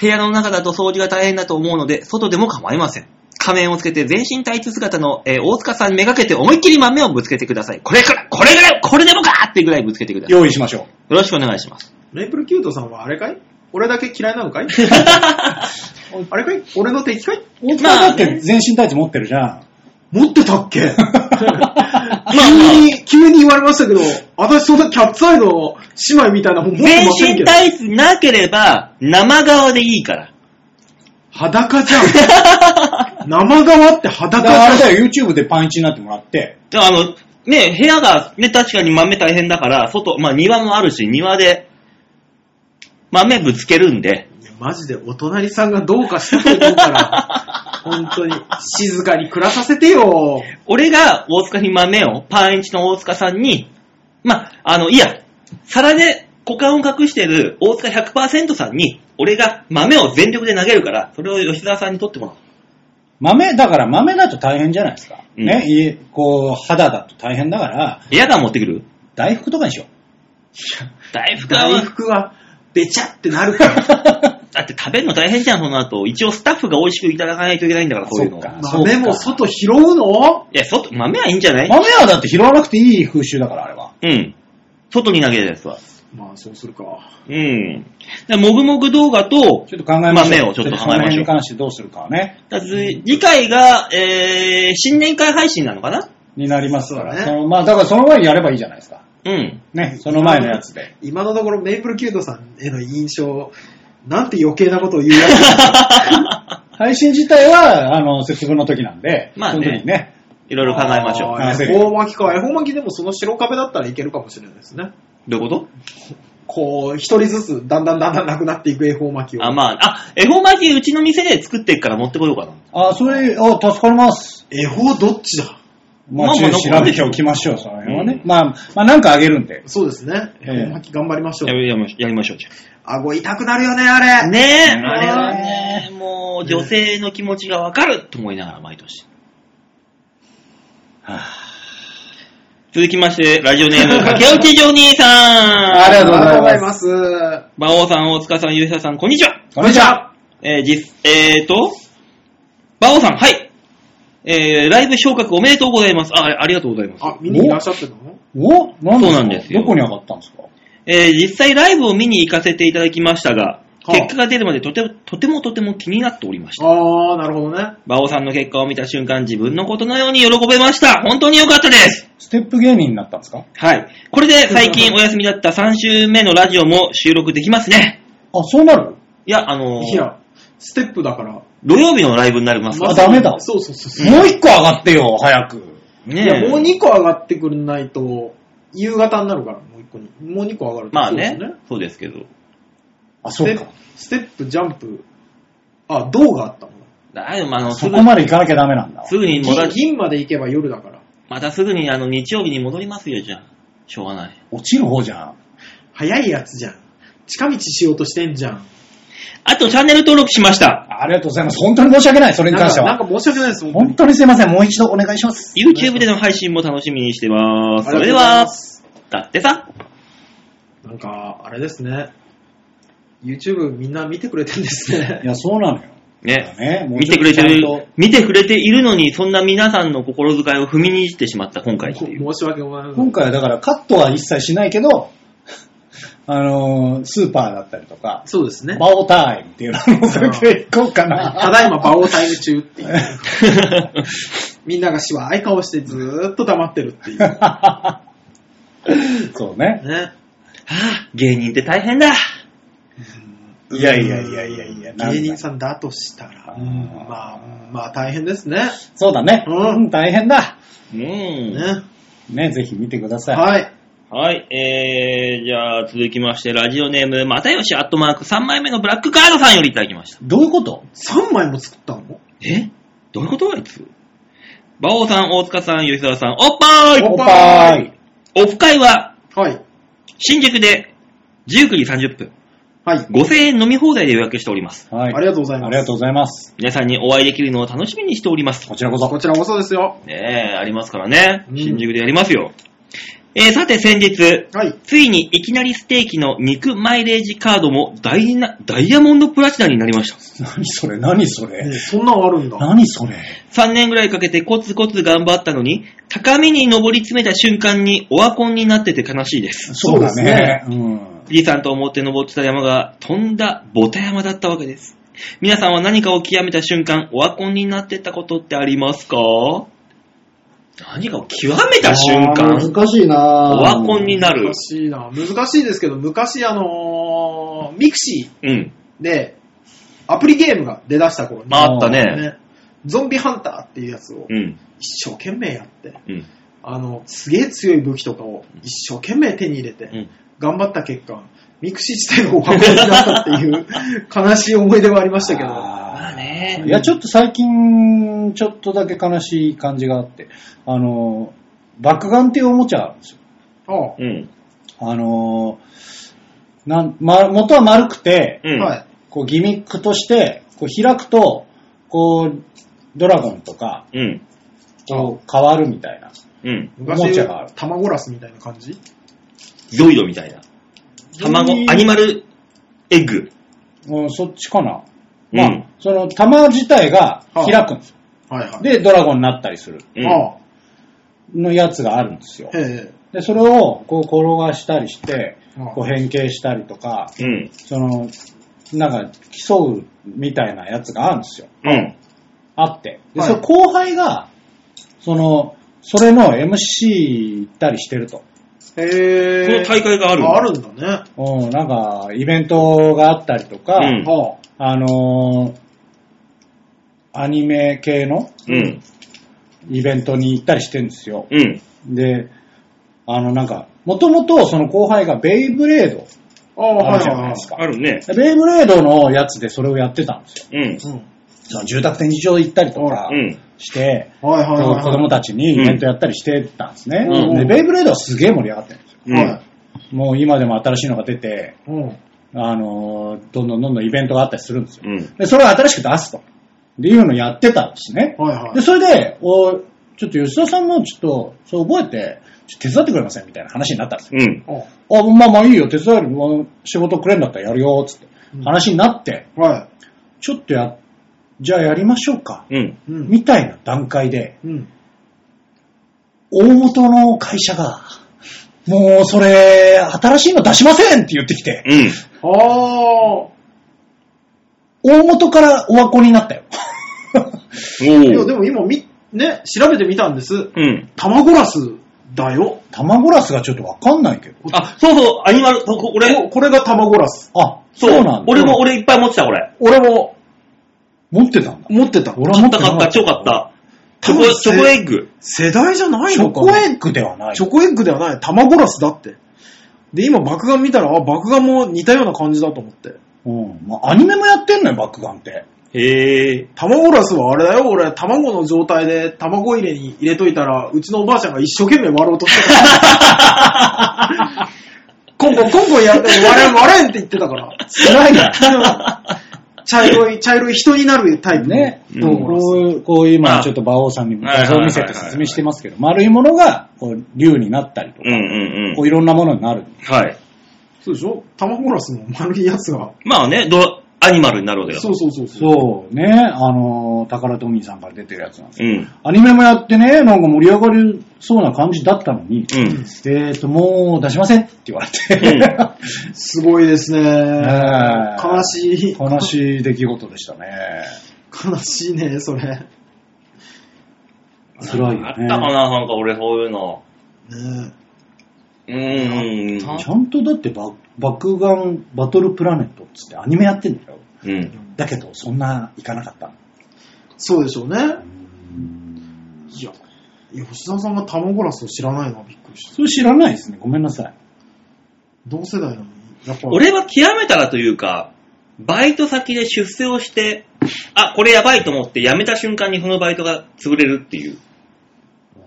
部屋の中だと掃除が大変だと思うので、外でも構いません。仮面をつけて全身タイツ姿の、えー大塚さんめがけて思いっきり豆をぶつけてください。これから、これぐらい、これでもかーってぐらいぶつけてください。よ用意しましょ。ろしくお願いします。メイプルキュートさんはあれかい俺だけ嫌いなの <laughs> かいあれかい俺の敵かいう大塚だって全身タイツ持ってるじゃん。持ってたっ <laughs> けまあ急に、急に言われましたけど、私そんなキャッツアイの姉妹みたいな本持って全ませんけ身ど。タイツなければ、生側でいいから。 <laughs> 裸じゃん。生側ってだからあ裸れ <laughs> じゃん。だよ、YouTube でパンイチになってもらって、であの、ね、部屋がね、確かに豆大変だから、外、まあ庭もあるし、庭で豆ぶつけるんで、マジでお隣さんがどうかしたと思うから、本当に静かに暮らさせてよ。俺が大塚に豆を、パンイチの大塚さんに、まあ、あの、いや、皿で股間を隠してる大塚100%さんに、俺が豆を全力で投げるから、それを吉沢さんに取ってもらう。豆、だから豆だと大変じゃないですか。うんね、いこう、肌だと大変だから、エアガン持ってくる大福とかにしよ大福大は、福は、べちゃってなる <laughs> から。だって食べるの大変じゃん、その後。一応スタッフが美味しくいただかないといけないんだから、そういうの。そっかい豆も外拾うのや、外、豆はいいんじゃなう。い豆はだって拾わなくていい風習だから、あれは。うん。外に投げるやつは。まあ、そうするか。うん。だからもぐもぐ動画と、ちょっと考えましょう。豆をちょっと考えましょうその辺に関してどうするかはね、だから次次回が、えー、新年会配信なのかなになりますかそうだら。ねそのまあ、だからその前にやればいいじゃないですか。うん。ね、その前のやつで。今のところ、メイプルキュートさんへの印象、なんて余計なことを言うやつ <laughs> だ配信自体は、あの、節分の時なんで、まあねその時にね、いろいろ考えましょう。あー恵方巻きか。恵方巻きでもその白壁だったらいけるかもしれないですね。どういうここう、一人ずつ、だんだんだんだんなくなっていく恵方巻きとを。あ、まあ、あ、恵方巻きうちの店で作っていくから持ってこようかな。あ、それ、あ、助かります。恵方どっちだままああ、まあ中調べておきましょう、その辺はね。うまあ、まあ、なんかあげるんで。そうですね。ええ恵方巻き頑張りましょやう。めやめやりましょう、じゃ顎痛くなるよね、ああれ。ねえ、うんあれはね、もう女性の気持ちがわかると思いながら毎年。は続きまして、ラジオネーム、駆け落ちジョニーあさあん。りがとうございます。ます。あ馬王さん、大塚さん、ゆうささん、こんにちは。こんにちは。えー、実、えーと、馬王さん、はい。えー、ライブ昇格おめでとうございます。あ、ありがとうございます。見にいらっしゃってるのおなんですかそうなんですよどこに上がったんですかえー、実際ライブを見に行かせていただきましたが、はあ結果が出るまでとても、とてもとても気になっておりました。あー、なるほどね。馬王さんの結果を見た瞬間、自分のことのように喜べました。本当に良かったです。ステップ芸人になったんですかはい。これで最近お休みだった3週目のラジオも収録できますね。あ、そうなるいや、あのーいや、ステップだから。土曜日のライブになりますあまわ。ずダメだそうそうそうそう。もう一個上がってよ、早く。いや、ねもうえ。 2個上がってくれないと、夕方になるから、もう1個に。もう2個上がるとまあそねうです。そうですけど。あ、スそテうップか。、ステップ、ジャンプ、あ、銅があったもん。だいぶ、まああの、すそぐこ、まで行かなきゃダメなんだ。すぐに戻銀ら、銀まで行けば夜だから。またすぐにあの、日曜日に戻りますよ、じゃあ。しょうがない。落ちる方じゃん。早いやつじゃん。近道しようとしてんじゃん。あと、チャンネル登録しました。ありがとうございます。本当に申し訳ない、それなんに関しかてなんは。か申し訳ないですもん。本当本当にすいません、もう一度お願いします。 YouTube での配信も楽しみにしてます。そありれでがとうございはま、だってさ、になんか、あれですね。YouTube みんな見てくれてんですねい。や、そうなのよ。ね、ね、もう見ちょてっくとれちてゃんとる、見てくれているのに、そんな皆さんの心遣いを踏みにじってしまった今回ってこ <laughs> いう。申し訳ございません今。回はだからカットは一切しないけど、あのー、スーパーだったりとか、そうですね。バオタイムっていうのもそれでいこうかな。ただいま馬王タイム中っていう。みんながしわい顔してずーっと黙ってるっていう。ね。そうね。はあ、芸人って大変だ。いやいやいやいやいや、なんだ芸人さんだとしたら、あーうんまあ、うんまあ大変ですね。そうだね。うんうん、大変だ。うん。ね。ね、ぜひ見てください。はい。はい、えー、じゃあ続きまして、ラジオネーム、またよしアットマーク3枚目のブラックカードさんよりいただきました。どういうこと3枚も作ったのえどういうことあいつ馬王さん、大塚さん、吉沢さん、おっぱーいおっぱぱいい。オフ会は、はい。新宿で、19時30分、はい。 5000円飲み放題で予約しております。はありがとうございますありがとうございます。皆さんにお会いできるのを楽しみにしておりますこ。ちらここそ。ちらこそですよ。ねえ、ありますからねう。ん新宿でやりますよ。えー、さて先日、はい。ついにいきなりステーキの肉マイレージカードもダイナダイヤモンドプラチナになりました。何それ、何それ。ねそんなんあるんだ。何それ。 3年ぐらいかけてコツコツ頑張ったのに、高みに登り詰めた瞬間にオワコンになってて悲しいです。そうだね。う富士山と思って登ってた山が飛んだボタ山だったわけです。皆さんは何かを極めた瞬間、オワコンになってったことってありますか何かを極めた瞬間、難しいオなワコンになる難。しいな。難しいですけど、昔あのーミクシうん。ーで、アプリゲームが出だした頃に、まああったね。ね、ゾンビハンターっていうやつをうん。一生懸命やって、うん。あの、すげえ強い武器とかを一生懸命手に入れて、うん頑張った結果、ミクシー自体がお箱になったっていう <laughs> 悲しい思い出はありましたけど、まあねいや、ちょっと最近、ちょっとだけ悲しい感じがあって、あの、爆眼っていうおもちゃあるんですあよ。うん。あの、なん、ま、元は丸くて、うん。あはい。こうギミックとして、こう開くと、こう、ドラゴンとか、うん。こう変わるみたいな。うん。おも昔ちゃがある、卵ラスみたいな感じゾイドみたいな。卵、うんアニマル、エッグ。うん、そっちかな。うんまあ、その玉自体が開くんですよ。はいはい。で、ドラゴンになったりするうん。ああのやつがあるんですよ。へえ。で、それをこう転がしたりして、ああこう変形したりとか、うん。その、なんか競うみたいなやつがあるんですよ。うん。あって。で、はいそれ後輩が、その、それの MC 行ったりしてると。こへえ。の大会があるああるんだね。うん、なんか、イベントがあったりとか、うんああのーアニメ系のうん。イベントに行ったりしてるんですよ。うん。で、あの、なんか、もともとその後輩がベイブレードあ、あああはるいじゃはいないはい。ですか。あるね。でベイブレードのやつでそれをやってたんですよ。うん。うん。その住宅展示場行ったりとかうん。して、はいはいはいこはうい。子供たちにイベントやったりしてたんですね。うんで、ベイブレードはすげえ盛り上がってるんですよ。うん。はい。もう今でも新しいのが出て、うん。あのーどんどんどんどんイベントがあったりするんですよ。うん。で、それを新しく出すと。で、いうのをやってたんですね。はいはいで、。それで、おちょっと吉田さんもちょっと、そう覚えて、ちょっと手伝ってくれませんみたいな話になったんですよ。うん。ああ、まあまあいいよ、手伝える、まあ仕事くれんだったらやるよ、つってうん話になって、はちょっとや、じゃあやりましょうか、うん。い。うん。みたいな段階で、うん。大元の会社が、もうそれ、新しいの出しませんって言ってきて、うん。ああ。大元からお箱になったよ。 <laughs> いやおでう。も今み、ね、調べてみたんです。うん。卵ラスだよ。卵ラスがちょっとわかんないけど。あ、そうそう、アニマル、ここ俺、ここれが卵ラス。あ、そうそうなんだ。俺も、俺いっぱい持ってた、これ。俺も持ってたんだ。持ってた。俺は買持っってた買なかっ、ったた。チョコ買った。チ多ョコ、分チョコエッグ。世代じゃないチョのかコエッグではない。チョコエッグではない。卵ラスだって。で、今、爆眼見たら、あ、爆眼も似たような感じだと思って。うん。まあ、アニメもやってんのよ、バックガンって。へえ。卵ラスはあれだよ、俺、卵の状態で卵入れに入れといたら、うちのおばあちゃんが一生懸命割ろうと <laughs> してたから。コンコンコンコンやって、割れん割れんって言ってたから。辛いな。茶色い、茶色い人になるタイプのね、うんもうこういう、こういう今ちょっと馬王さんに画像を見せて説明してますけど、丸いものがこう竜になったりとかう、んうんうこん。ういろんなものになる。はい。そうでしょ卵ラスの丸いやつが。まあね、ドアニマルになるわけだ。そうそうそうそう。そうね、あの、宝トミーさんから出てるやつなんですう。ん。アニメもやってね、なんか盛り上がりそうな感じだったのに、うん。えーと、もう出しませんって言われうんて、すごいですね。 <laughs> ねえ悲しい。悲しい出来事でしたね。悲しいね、それ。ね辛いよねあったかな、なんか俺そういうの。うえん。ちゃんとだってバ、爆眼バトルプラネットっつってアニメやってんだよ。うん。だけど、そんないかなかった。そうでしょうね。いや、いや吉田さんが卵ラスを知らないのはびっくりした。それ知らないですね。ごめんなさい。同世代なのに。やっぱ、俺は極めたらというか、バイト先で出世をして、あ、これやばいと思って辞めた瞬間にそのバイトが潰れるっていう。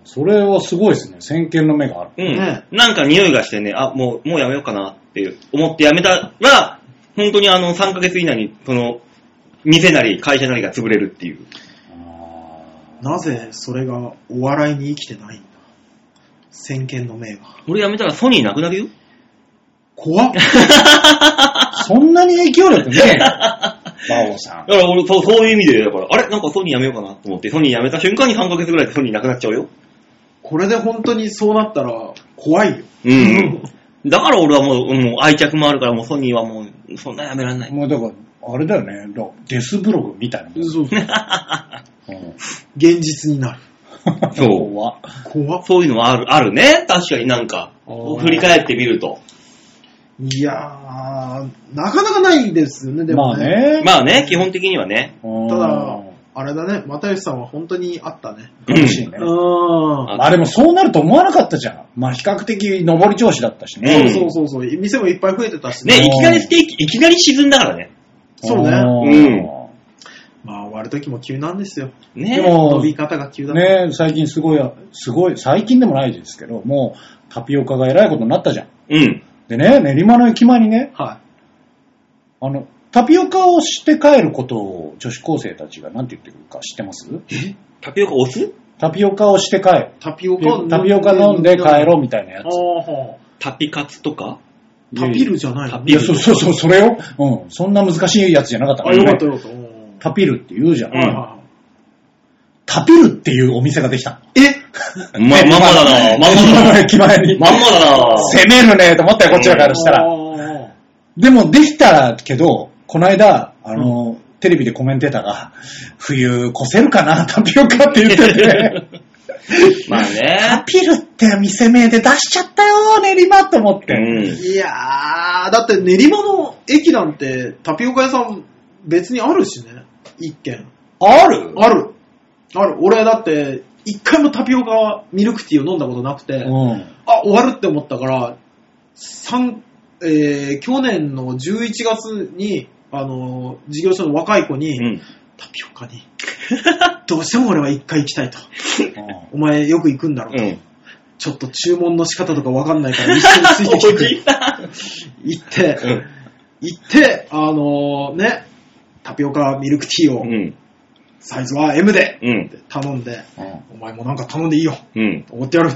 それはすごいですね。先見の目がある。うん。ねなんか匂いがしてね、あ、もう、もうやめようかなって思ってやめたら、本当にあの、3ヶ月以内に、その、店なり会社なりが潰れるっていう。なぜそれがお笑いに生きてないんだ先見の明が。俺やめたらソニーなくなるよ。 <laughs> 怖っ。そんなに影響力ね、バオさ。だから俺、そう、そういう意味で、だから、あれなんかソニーやめようかなと思って、ソニーやめた瞬間に3ヶ月ぐらいでソニーなくなっちゃうよ。これで本当にそうなったら怖いよ。うん。だから俺はもう、もう愛着もあるから、もうソニーはもう、そんなやめられなんい。もうだから、あれだよね。だデスブログみたいなもん。そうそう。うん現実になる。そう怖怖っ。そういうのはある、あるね。確かになんかあー、振り返ってみると。いやー、なかなかないですよね、でまもあね。ね。まあね、基本的にはね。うんただ、あれだね、又吉さんは本当にあったね。うん悲しいね。うん。まあでもそうなると思わなかったじゃん。まあ比較的上り調子だったしね。うんそうそうそうそう。店もいっぱい増えてたしね、いきなりステーキ、いきなり沈んだからね。そうねんまあ、終わる時も急なんですよ。ね。でも伸び方が急だ。ね最近すごい、すごい、最近でもないですけど、もうタピオカが偉いことになったじゃん。うん。でね、練馬の駅前にね、はあの、タピオカをして帰ることを女子高生たちが何て言ってくるか知ってますタピオカ押すタピオカをして帰る。い。タピオカをタピオカ飲んで帰ろうみたいなやあつ。あ、タピカツとかタピルじゃないタのいピや、ルそうそうそう、それよ。うん。そんな難しいやつじゃなかったあ、よかったよかった。うんタピルって言うじゃん。うんはタピルっていうお店ができたの。いはいえま、まんまだな。まんま今だのな。 <laughs> 駅前に。まんま <laughs> だな。攻めるねと思ったよ、こっちらからしたあら。ーでも、できたけど、この間、あの、テレビでコメンテーターが、冬越せるかな、タピオカって言っ <laughs> てて。まあタね。ピルって店名で出しちゃったよ、練馬と思っうて。ん。いやー、だって練馬の駅なんてタピオカ屋さん別にあるしね。一軒。あるある。ある。俺だって、一回もタピオカミルクティーを飲んだことなくて、うん。あ、終わるって思ったから、三えー去年の11月に、あのー事業所の若い子に、うん。タピオカに、どうしても俺は一回行き <laughs> たいと。お前よく行くんだろううと。ん。ちょっと注文の仕方とかわかんな <laughs> いから一緒についてきてくれ行って、行って、あのーね、タピオカミルクティーうを、ん。サイズは M で、うん。頼んで、うんお前もなんか頼んでいいよ。うん。おごってやる。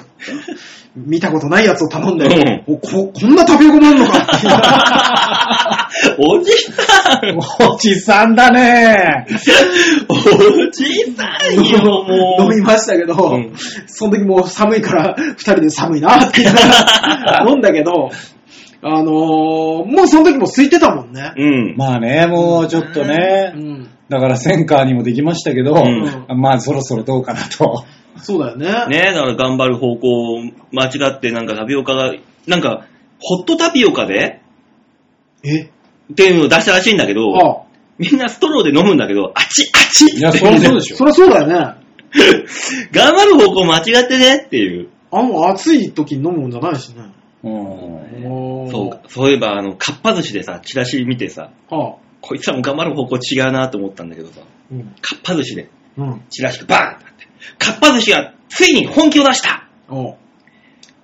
<laughs> 見たことないやつを頼んで、うおここんなタピオカもあるのかっていう。 <laughs> おじさんおじさんだね。おじさんよ、もう。 <laughs> 飲みましたけど、うん <laughs> その時もう寒いから、二人で寒いなって言いながら飲んだけど、あのーもうその時も空いてたもんね。うん。まあね、もうちょっとねう、ん。だからセンカーにもできましたけど、うまあそろそろどうかなと。そうだよね。ねだから頑張る方向を間違って、なんかタピオカが、なんか、ホットタピオカで、えっていうのを出したらしいんだけど、あみんなストローで飲むんだけど、あちあちいや、そりゃそうでしょ。そりゃそうだよね。頑張る方向間違ってねっていう。あの、暑い時に飲むもんじゃないしね。うんおーそうかそういえば、あの、かっぱ寿司でさ、チラシ見てさ、ああ。こいつらも頑張る方向違うなと思ったんだけどさ、うん。かっぱ寿司でうん。チラシがバーンってあって、かっぱ寿司がついに本気を出したおう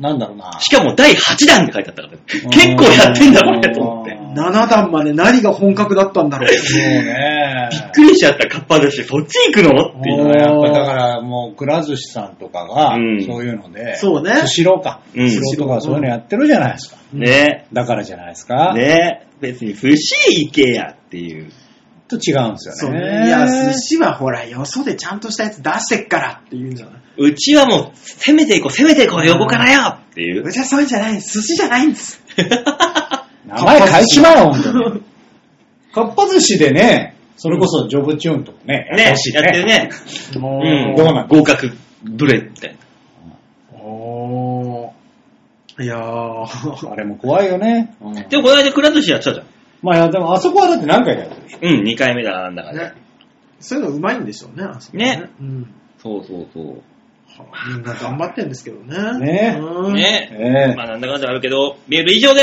なんだろうな。しかも第8弾って書いてあったから、結構やってんだこれと思って。うんそう7段まで何が本格だったんだろう。ね。びっくりしちゃったかっぱ寿司、そっち行くのってい。いううのはやっぱだからもうくら寿司さんとかが、うんそういうので、そうねスシローか。うんスシローとかそういうのやってるじゃないですか。ねだからじゃないですか。ね別に寿司行けやっていう。と違うんですそようね。ね。いや、寿司はほら、よそでちゃんとしたやつ出してっからって言うんじゃないうちはもう、攻めていこう、攻めていこう、横からよっていう <laughs> う。ちはそういうんじゃない、寿司じゃないんです。名前変えちまえよ、本当に。かっぱ寿司でね、それこそジョブチューンとかね、ねやってやほっしいてる。ね。もうん、どうなん合格ブレみたいな。おーいやー、あれも怖いよね。うんでもこの間くら寿司やってたじゃん。まあいや、でもあそこはだって何回かやってる。うん、2回目だ、なんだからね。ね、そういうのうまいんでしょうね、あそこねうん。そうそうそう。みんな頑張ってんですけどね。ねうんねええまあなんだかんだあるけど、メール以上で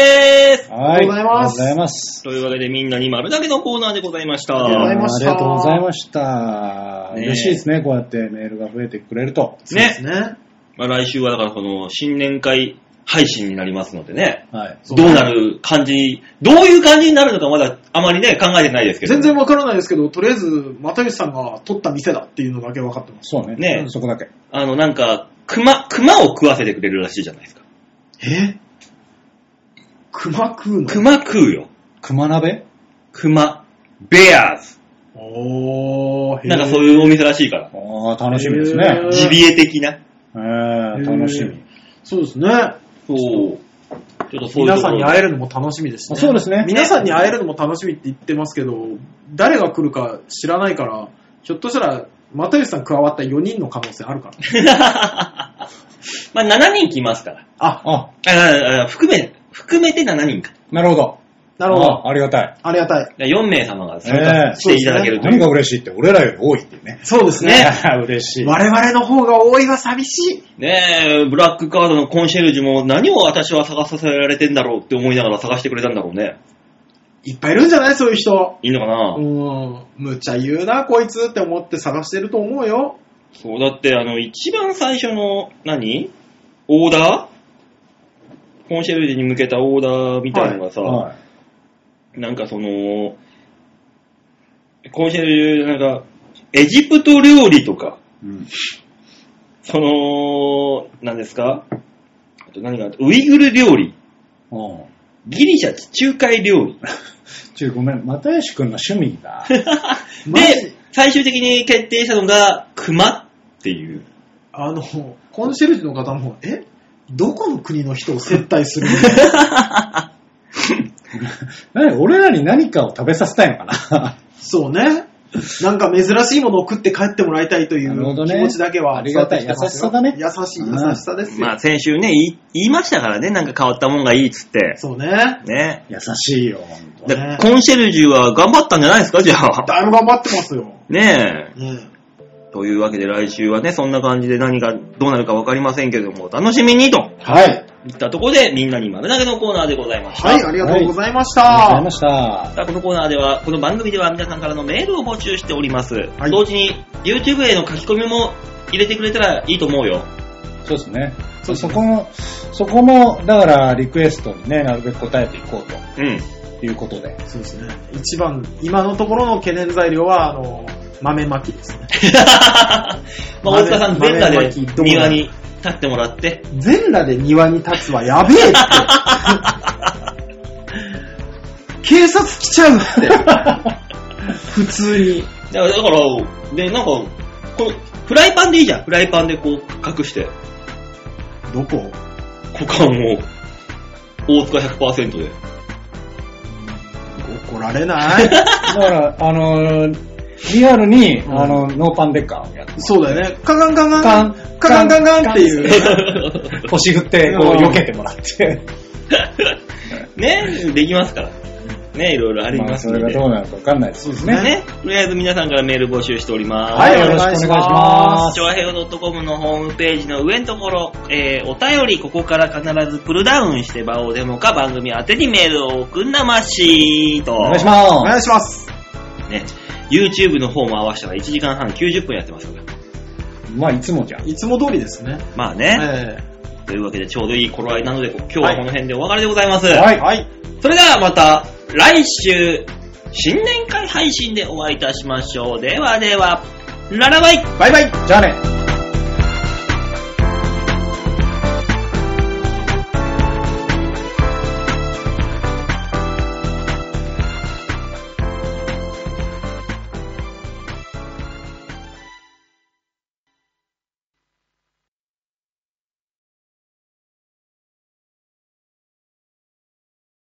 ーすはい。ありがとうございますありがとうございます。というわけでみんなに丸だけのコーナーでございましありがとうござたい。ましたありがとうございました。ねえ嬉しいですね、こうやってメールが増えてくれると。そうですね。まあ来週はだからこの新年会配信になりますのでね。はい。そうどうなる感じに、どういう感じになるのかまだあまりね、考えてないですけど。全然わからないですけど、とりあえず、又吉さんが取った店だっていうのだけ分かってます。そうね。ねえうんそこだけ。あの、なんか、熊、熊を食わせてくれるらしいじゃないですか。え熊食うの熊食うよ。熊鍋熊。ベアーズ。おー、へーなんかそういうお店らしいから。ああ、楽しみですへね。えジビエ的な。ええ楽しみ。そうですね。そう。ちょっとそういう皆とこさんろに会えるのも楽しみですね。そうですね皆さんに会えるのも楽しみって言ってますけど、誰が来るか知らないから、ひょっとしたら、又吉さん加わった4人の可能性あるから。 <laughs> まあ7人来ますから。あ、あ、あああ含め、含めて7人か。なるほど。なるほど。あありがたい。ありがたい。 4名様が参ええ加していただけるという。何が嬉しいって、俺らより多いっていうね。 <laughs> そうですね。ね <laughs> 嬉しい。我々の方が多いは寂しい。ねえ、ブラックカードのコンシェルジュも何を私は探させられてんだろうって思いながら探してくれたんだろうね。いっぱいいるんじゃないそういう人。いいのかな、うん。無茶言うな、こいつって思って探してると思うよ。そう、だってあの、一番最初の何、オーダーコンシェルジュに向けたオーダーみたいなのがさ、はいなんかその、コンシェルジュ、なんか、エジプト料理とか、うんその、何ですかあと何があったウイグル料理、うんギリシャ地中海料理。ちょ、ごめん、又吉君の趣味が。 <laughs> マジで、最終的に決定したのが、熊っていう。あの、コンシェルジュの方も、えどこの国の人を接待するの <laughs> 何俺らに何かを食べさせたいのかな <laughs> そうね。なんか珍しいものを食って帰ってもらいたいといなるほどうね気持ちだけは、ありがたい伝わってきてますよ優しさ優だねしい、優しさですよ。まあ先週ね、言い言いましたからね、なんか変わったもんがいいっつって。そうね。ね。優しいよ、ほんとだね。からコンシェルジュは頑張ったんじゃないですか、じゃあ。 <laughs> だいぶ頑張ってますよ。ねえ。ねというわけで来週はね、そんな感じで何がどうなるかわかりませんけれども、お楽しみにとはい。いったところで、みんなに丸投げのコーナーでございました。はい、ありがとうございました。ありがとうございました。さあこのコーナーでは、この番組では皆さんからのメールを募集しております。い同時に、YouTube への書き込みも入れてくれたらいいと思うよ。そうですね。そそこの、そこの、だから、リクエストにね、なるべく答えていこううん。ということで。そうですね。一番、今のところの懸念材料は、あの、豆まきですね。まあ、大塚さん、豆全裸豆まできどうなる庭に立ってもらって。 <laughs> 全裸で庭に立つはやべえって。警察来ちゃうって。普通に。だから、だからね、なんか、この、フライパンでいいじゃん。フライパンでこう、隠して、どこ股間を、大塚100%で。 <laughs> 怒られ <laughs> ないだから、あのー、リアルに、んあの、ノーパンデッカーをやってますそうだよね。カガンカガカンン、カガンカガンっていう。腰振って、こう、うん避けてもらって。ね、できますから。ね、いろいろありまあ、ますそのれがで。どうなるかわかんないですそうですねとりあえず皆さんからメール募集しております。はい、よろしくお願いします。超平洋 .com のホームページの上のところ、えー、お便り、ここから必ずプルダウンして、場をデモか番組宛てにメールを送んなましーと。お願いしおま願いします。す。ね。YouTube の方も合わせたら1時間半90分やってますから。す。まあ、いつもじゃん。いつも通りですね。まあね。えというわけでちょうどいい頃合いなので、今日はこの辺でお別れでございます。えはいはい。それではまた来週、新年会配信でお会いいたしましょう。ではでは、ララバイバイバイじゃあね